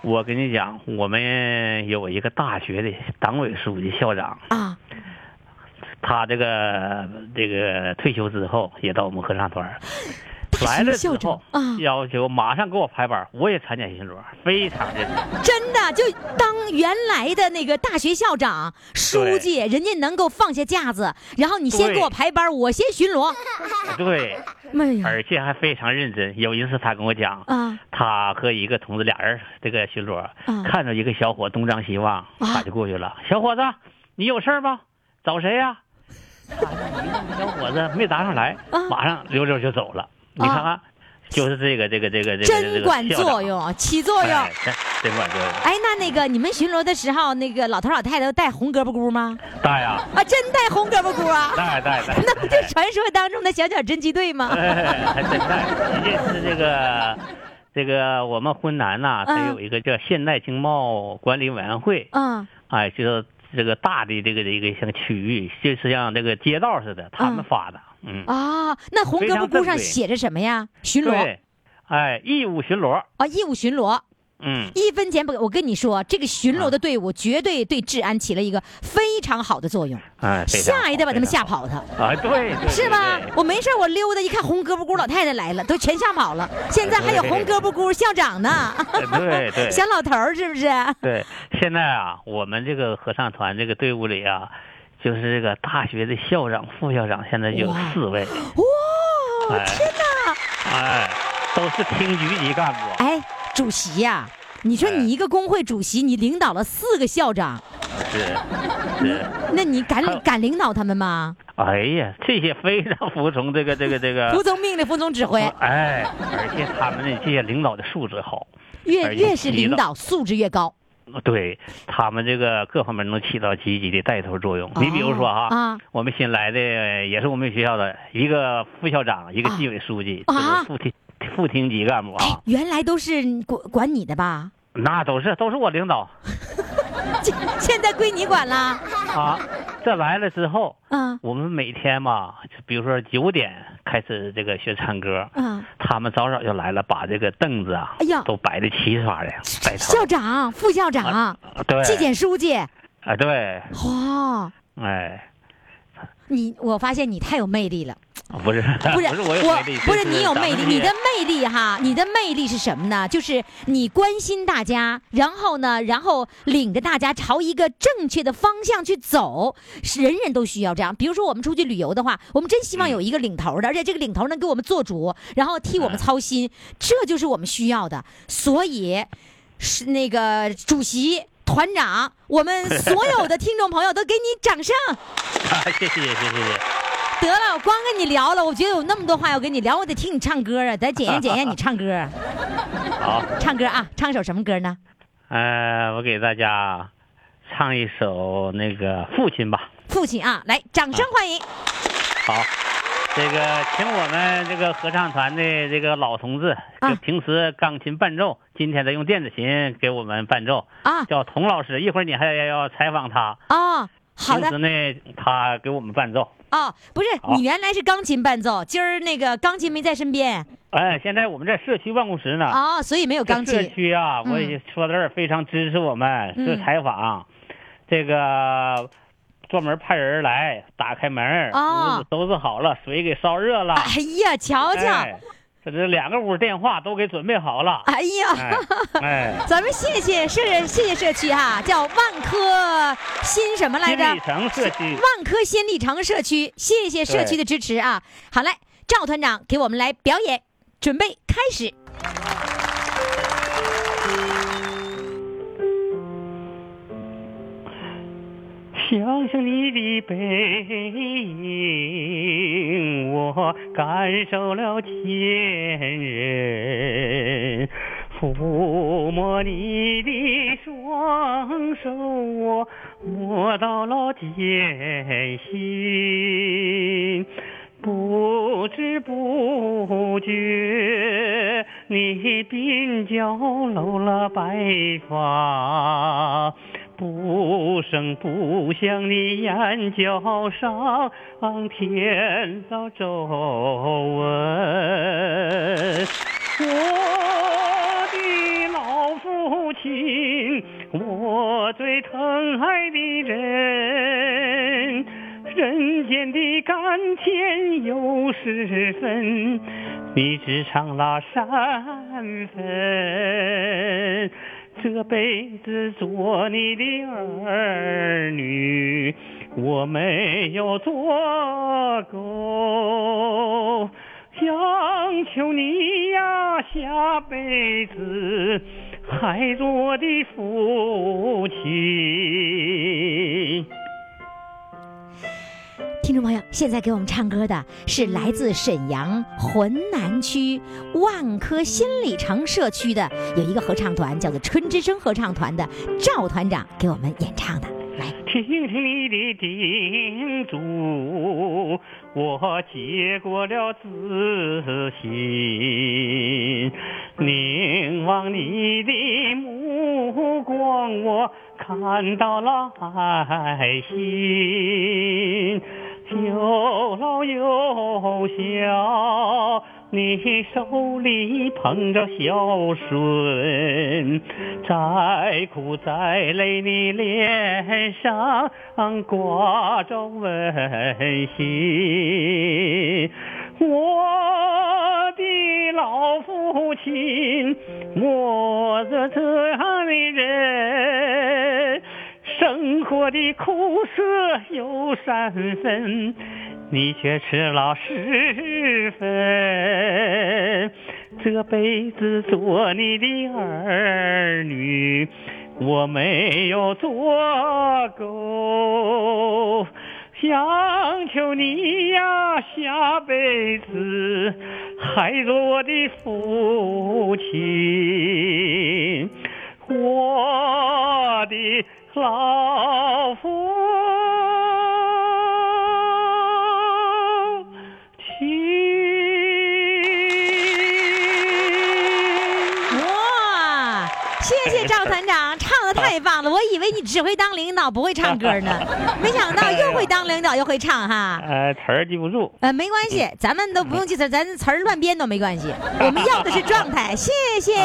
[SPEAKER 12] 我跟你讲，我们有一个大学的党委书记、校长，
[SPEAKER 2] 啊，
[SPEAKER 12] 他这个这个退休之后也到我们合唱团儿
[SPEAKER 2] 大
[SPEAKER 12] 来
[SPEAKER 2] 学
[SPEAKER 12] 了之
[SPEAKER 2] 校长
[SPEAKER 12] 后，
[SPEAKER 2] 啊，
[SPEAKER 12] 要求马上给我排班，我也参加巡逻，非常认 真。
[SPEAKER 2] 真的就当原来的那个大学校长、书记，人家能够放下架子，然后你先
[SPEAKER 12] 对
[SPEAKER 2] 给我排班，我先巡逻。
[SPEAKER 12] 对，
[SPEAKER 2] 哎呀，
[SPEAKER 12] 而且还非常认真。有一次他跟我讲，
[SPEAKER 2] 啊
[SPEAKER 12] 他和一个同志俩人这个巡逻，
[SPEAKER 2] 嗯
[SPEAKER 12] 看着一个小伙东张西望，
[SPEAKER 2] 啊
[SPEAKER 12] 他就过去了。小伙子，你有事儿吗？找谁呀、他小伙子没答上来，
[SPEAKER 2] 啊
[SPEAKER 12] 马上溜溜就走了。你看看，就是这个这个这个这个这
[SPEAKER 2] 真
[SPEAKER 12] 个
[SPEAKER 2] 管
[SPEAKER 12] 校长
[SPEAKER 2] 作，用，起作用。
[SPEAKER 12] 哎，真真管作用。
[SPEAKER 2] 哎，那那个你们巡逻的时候，那个老头老太太都戴红胳膊箍吗？
[SPEAKER 12] 大呀，
[SPEAKER 2] 啊，真戴红胳膊箍啊？
[SPEAKER 12] 大大大，
[SPEAKER 2] 那不就传说当中的小小侦缉队 吗？
[SPEAKER 12] 哎，还真在，人家是这个。这个我们浑南
[SPEAKER 2] 啊
[SPEAKER 12] 呐、它有一个叫现代经贸管理委员会，
[SPEAKER 2] 嗯
[SPEAKER 12] 哎，就是这个大的这个这个像区域，就是像这个街道似的，他们发的，嗯，
[SPEAKER 2] 啊，那红
[SPEAKER 12] 非
[SPEAKER 2] 胳
[SPEAKER 12] 常
[SPEAKER 2] 膊箍
[SPEAKER 12] 正
[SPEAKER 2] 上
[SPEAKER 12] 规
[SPEAKER 2] 写着什么呀？巡逻
[SPEAKER 12] 对，哎，义务巡逻，
[SPEAKER 2] 啊，义务巡逻，
[SPEAKER 12] 嗯，
[SPEAKER 2] 一分钱不给。我跟你说，这个巡逻
[SPEAKER 12] 啊
[SPEAKER 2] 的队伍绝对对治安起了一个非常好的作用，
[SPEAKER 12] 哎，非常
[SPEAKER 2] 吓一
[SPEAKER 12] 好
[SPEAKER 2] 得把他们
[SPEAKER 12] 非
[SPEAKER 2] 吓
[SPEAKER 12] 常
[SPEAKER 2] 跑他。
[SPEAKER 12] 好啊，对，对
[SPEAKER 2] 是吧
[SPEAKER 12] 对？对
[SPEAKER 2] 我没事儿，我溜达一看，红胳膊箍老太太来了，都全吓跑了。现在还有红胳膊箍校长呢，
[SPEAKER 12] 对 对
[SPEAKER 2] 小老头儿是不是？
[SPEAKER 12] 对，现在啊，我们这个合唱团这个队伍里啊，就是这个大学的校长、副校长，现在有
[SPEAKER 2] 哇
[SPEAKER 12] 四位，
[SPEAKER 2] 哇，
[SPEAKER 12] 哎
[SPEAKER 2] 天哪！
[SPEAKER 12] 哎，都是厅局级干部，
[SPEAKER 2] 哎，主席呀、你说
[SPEAKER 12] 哎
[SPEAKER 2] 你一个工会主席，你领导了四个校长，
[SPEAKER 12] 是是，
[SPEAKER 2] 那你
[SPEAKER 12] 还有
[SPEAKER 2] 敢敢领导他们吗？
[SPEAKER 12] 哎呀，这些非常服从这个这个这个，
[SPEAKER 2] 服从命令，服从指挥，
[SPEAKER 12] 哎，而且他们呢，这些领导的素质好，
[SPEAKER 2] 越
[SPEAKER 12] 哎
[SPEAKER 2] 越是领
[SPEAKER 12] 领
[SPEAKER 2] 导素质越高。
[SPEAKER 12] 对他们这个各方面能起到积极的带头作用。你比如说哈，
[SPEAKER 2] 哦啊
[SPEAKER 12] 我们新来的呃也是我们学校的一个副校长，一个纪委书记，
[SPEAKER 2] 啊哎
[SPEAKER 12] 这个副厅副厅级干部啊，
[SPEAKER 2] 原来都是管管你的吧？
[SPEAKER 12] 那都是都是我领导
[SPEAKER 2] 现现在归你管啦？
[SPEAKER 12] 啊。这来了之后，
[SPEAKER 2] 啊
[SPEAKER 12] 我们每天嘛，就比如说九点开始这个学唱歌，
[SPEAKER 2] 啊！
[SPEAKER 12] 他们早早就来了，把这个凳子啊，
[SPEAKER 2] 哎呀
[SPEAKER 12] 都摆的齐刷的，摆头
[SPEAKER 2] 校长、副校长、
[SPEAKER 12] 啊对，
[SPEAKER 2] 纪检书记，
[SPEAKER 12] 啊对，
[SPEAKER 2] 哇、
[SPEAKER 12] 哎，
[SPEAKER 2] 你我发现你太有魅力了，
[SPEAKER 12] 不是
[SPEAKER 2] 不是
[SPEAKER 12] 不是
[SPEAKER 2] 我
[SPEAKER 12] 我有魅力，
[SPEAKER 2] 不是
[SPEAKER 12] 就
[SPEAKER 2] 你有
[SPEAKER 12] 咱
[SPEAKER 2] 魅
[SPEAKER 12] 们
[SPEAKER 2] 力，你
[SPEAKER 12] 这些
[SPEAKER 2] 的魅力哈，你的魅力是什么呢？就是你关心大家，然后呢，然后领着大家朝一个正确的方向去走，是人人都需要这样。比如说我们出去旅游的话，我们真希望有一个领头的，而且这个领头能给我们做主，然后替我
[SPEAKER 12] 嗯
[SPEAKER 2] 们操心，这就是我们需要的。所以，是那个主席。团长，我们所有的听众朋友都给你掌声。
[SPEAKER 12] 啊，谢谢谢谢谢谢。
[SPEAKER 2] 得了，我光跟你聊了，我觉得有那么多话要跟你聊，我得听你唱歌啊，得检验检验你唱歌。啊
[SPEAKER 12] 好，
[SPEAKER 2] 唱歌啊，唱首什么歌呢？
[SPEAKER 12] 呃，我给大家唱一首那个《父亲》吧。
[SPEAKER 2] 父亲啊，来，掌声欢迎。
[SPEAKER 12] 好，这个请我们这个合唱团的这个老同志，
[SPEAKER 2] 啊
[SPEAKER 12] 就平时钢琴伴奏，今天他用电子琴给我们伴奏，
[SPEAKER 2] 啊
[SPEAKER 12] 叫童老师。一会儿你还要采访他。
[SPEAKER 2] 哦，好
[SPEAKER 12] 平
[SPEAKER 2] 的
[SPEAKER 12] 时呢，他给我们伴奏。
[SPEAKER 2] 哦，不是
[SPEAKER 12] 好
[SPEAKER 2] 你原来是钢琴伴奏，今儿那个钢琴没在身边
[SPEAKER 12] 哎，现在我们在社区办公室呢。
[SPEAKER 2] 哦，所以没有钢
[SPEAKER 12] 这社
[SPEAKER 2] 琴。
[SPEAKER 12] 区啊，
[SPEAKER 2] 嗯
[SPEAKER 12] 我也说到这儿，非常支持我们
[SPEAKER 2] 嗯
[SPEAKER 12] 这采访。
[SPEAKER 13] 啊这个专门派人来打开门，
[SPEAKER 2] 啊
[SPEAKER 13] 屋子收拾好了，水给烧热
[SPEAKER 12] 啊
[SPEAKER 13] 了，
[SPEAKER 2] 哎呀，瞧瞧，
[SPEAKER 13] 哎，这这两个屋电话都给准备好了，
[SPEAKER 2] 哎呀，
[SPEAKER 13] 哎哎，
[SPEAKER 2] 咱们谢谢社谢谢社区哈、叫万科新什么来
[SPEAKER 13] 金
[SPEAKER 2] 着？
[SPEAKER 13] 里城社区。
[SPEAKER 2] 万科新里程社区，谢谢社区的支持啊！好嘞，赵团长给我们来表演，准备开始。
[SPEAKER 13] 想想你的背影，我感受了前人；抚摸你的双手，我摸到了艰辛。不知不觉，你鬓角露了白发，不声不响，你眼角上添了皱纹。我的老父亲，我最疼爱的人，人间的甘甜有十分，你只尝了三分。这辈子做你的儿女，我没有做够。央求你呀，下辈子还做我的父亲。
[SPEAKER 2] 听众朋友，现在给我们唱歌的是来自沈阳浑南区万科新里程社区的有一个合唱团，叫做春之声合唱团的赵团长给我们演唱的。来，
[SPEAKER 13] 听听你的叮嘱，我接过了自信，凝望你的目光，我看到了爱心，有老有小。你手里捧着孝顺，再苦再累，你脸上挂着温馨。我的老父亲，我的这样的人，生活的苦涩有三分，你却吃了十分。这辈子做你的儿女，我没有做够。想求你呀，下辈子还做我的父亲，我的老父亲。
[SPEAKER 2] 哇，谢谢赵团长，唱的太棒了！我以为你只会当领导不会唱歌呢，没想到又会当领导又会唱哈。
[SPEAKER 12] 哎
[SPEAKER 13] 呃，词儿记不住。
[SPEAKER 2] 呃，没关系，咱们都不用记词儿，咱词儿乱编都没关系。我们要的是状态，谢谢。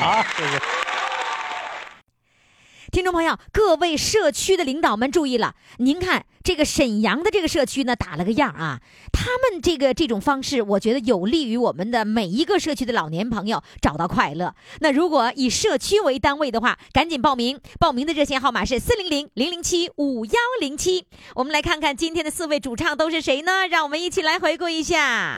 [SPEAKER 13] 好，啊谢谢。
[SPEAKER 2] 听众朋友，各位社区的领导们注意了，您看这个沈阳的这个社区呢，打了个样啊。他们这个这种方式，我觉得有利于我们的每一个社区的老年朋友找到快乐。那如果以社区为单位的话，赶紧报名，报名的热线号码是四零零零零七五幺零七。我们来看看今天的四位主唱都是谁呢？让我们一起来回顾一下。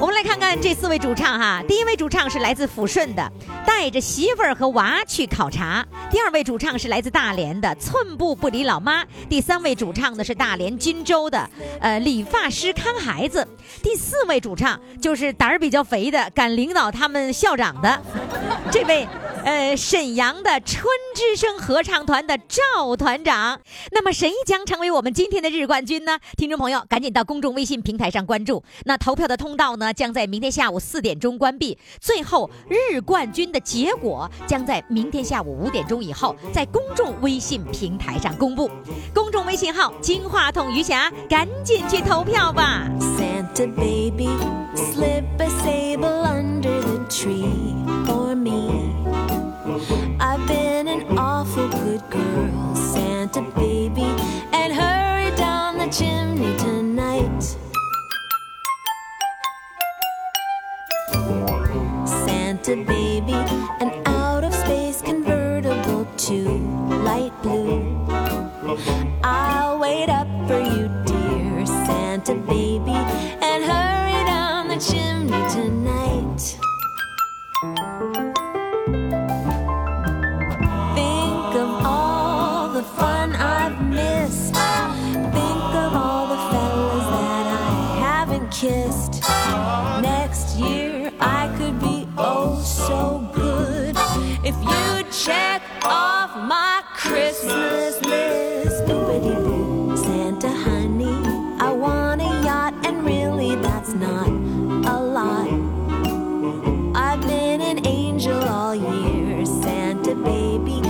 [SPEAKER 2] 我们来看看这四位主唱哈，第一位主唱是来自抚顺的，带着媳妇儿和娃去考察；第二位主唱是来自大连的，寸步不离老妈；第三位主唱呢是大连金州的，呃，理发师看孩子；第四位主唱就是胆儿比较肥的，敢领导他们校长的，这位呃沈阳的春之声合唱团的赵团长。那么谁将成为我们今天的日冠军呢？听众朋友，赶紧到公众微信平台上关注。那投票的通道呢，将在明天下午四点钟关闭。最后，日冠军的结果将在明天下午五点钟以后，在公众微信平台上公布。公众微信号“金话筒余霞”，赶紧去投票吧！
[SPEAKER 14] Santa baby, slip a sable under the tree for me. I've been an awful good girl you, dear Santa baby, and hurry down the chimney tonight. Think of all the fun I've missed. Think of all the fellas that I haven't kissed. Next year I could be oh so good if you check off my Christmas list. Boopity boo, Santa honey, I want a yacht, and really that's not a lot. I've been an angel all year, Santa baby,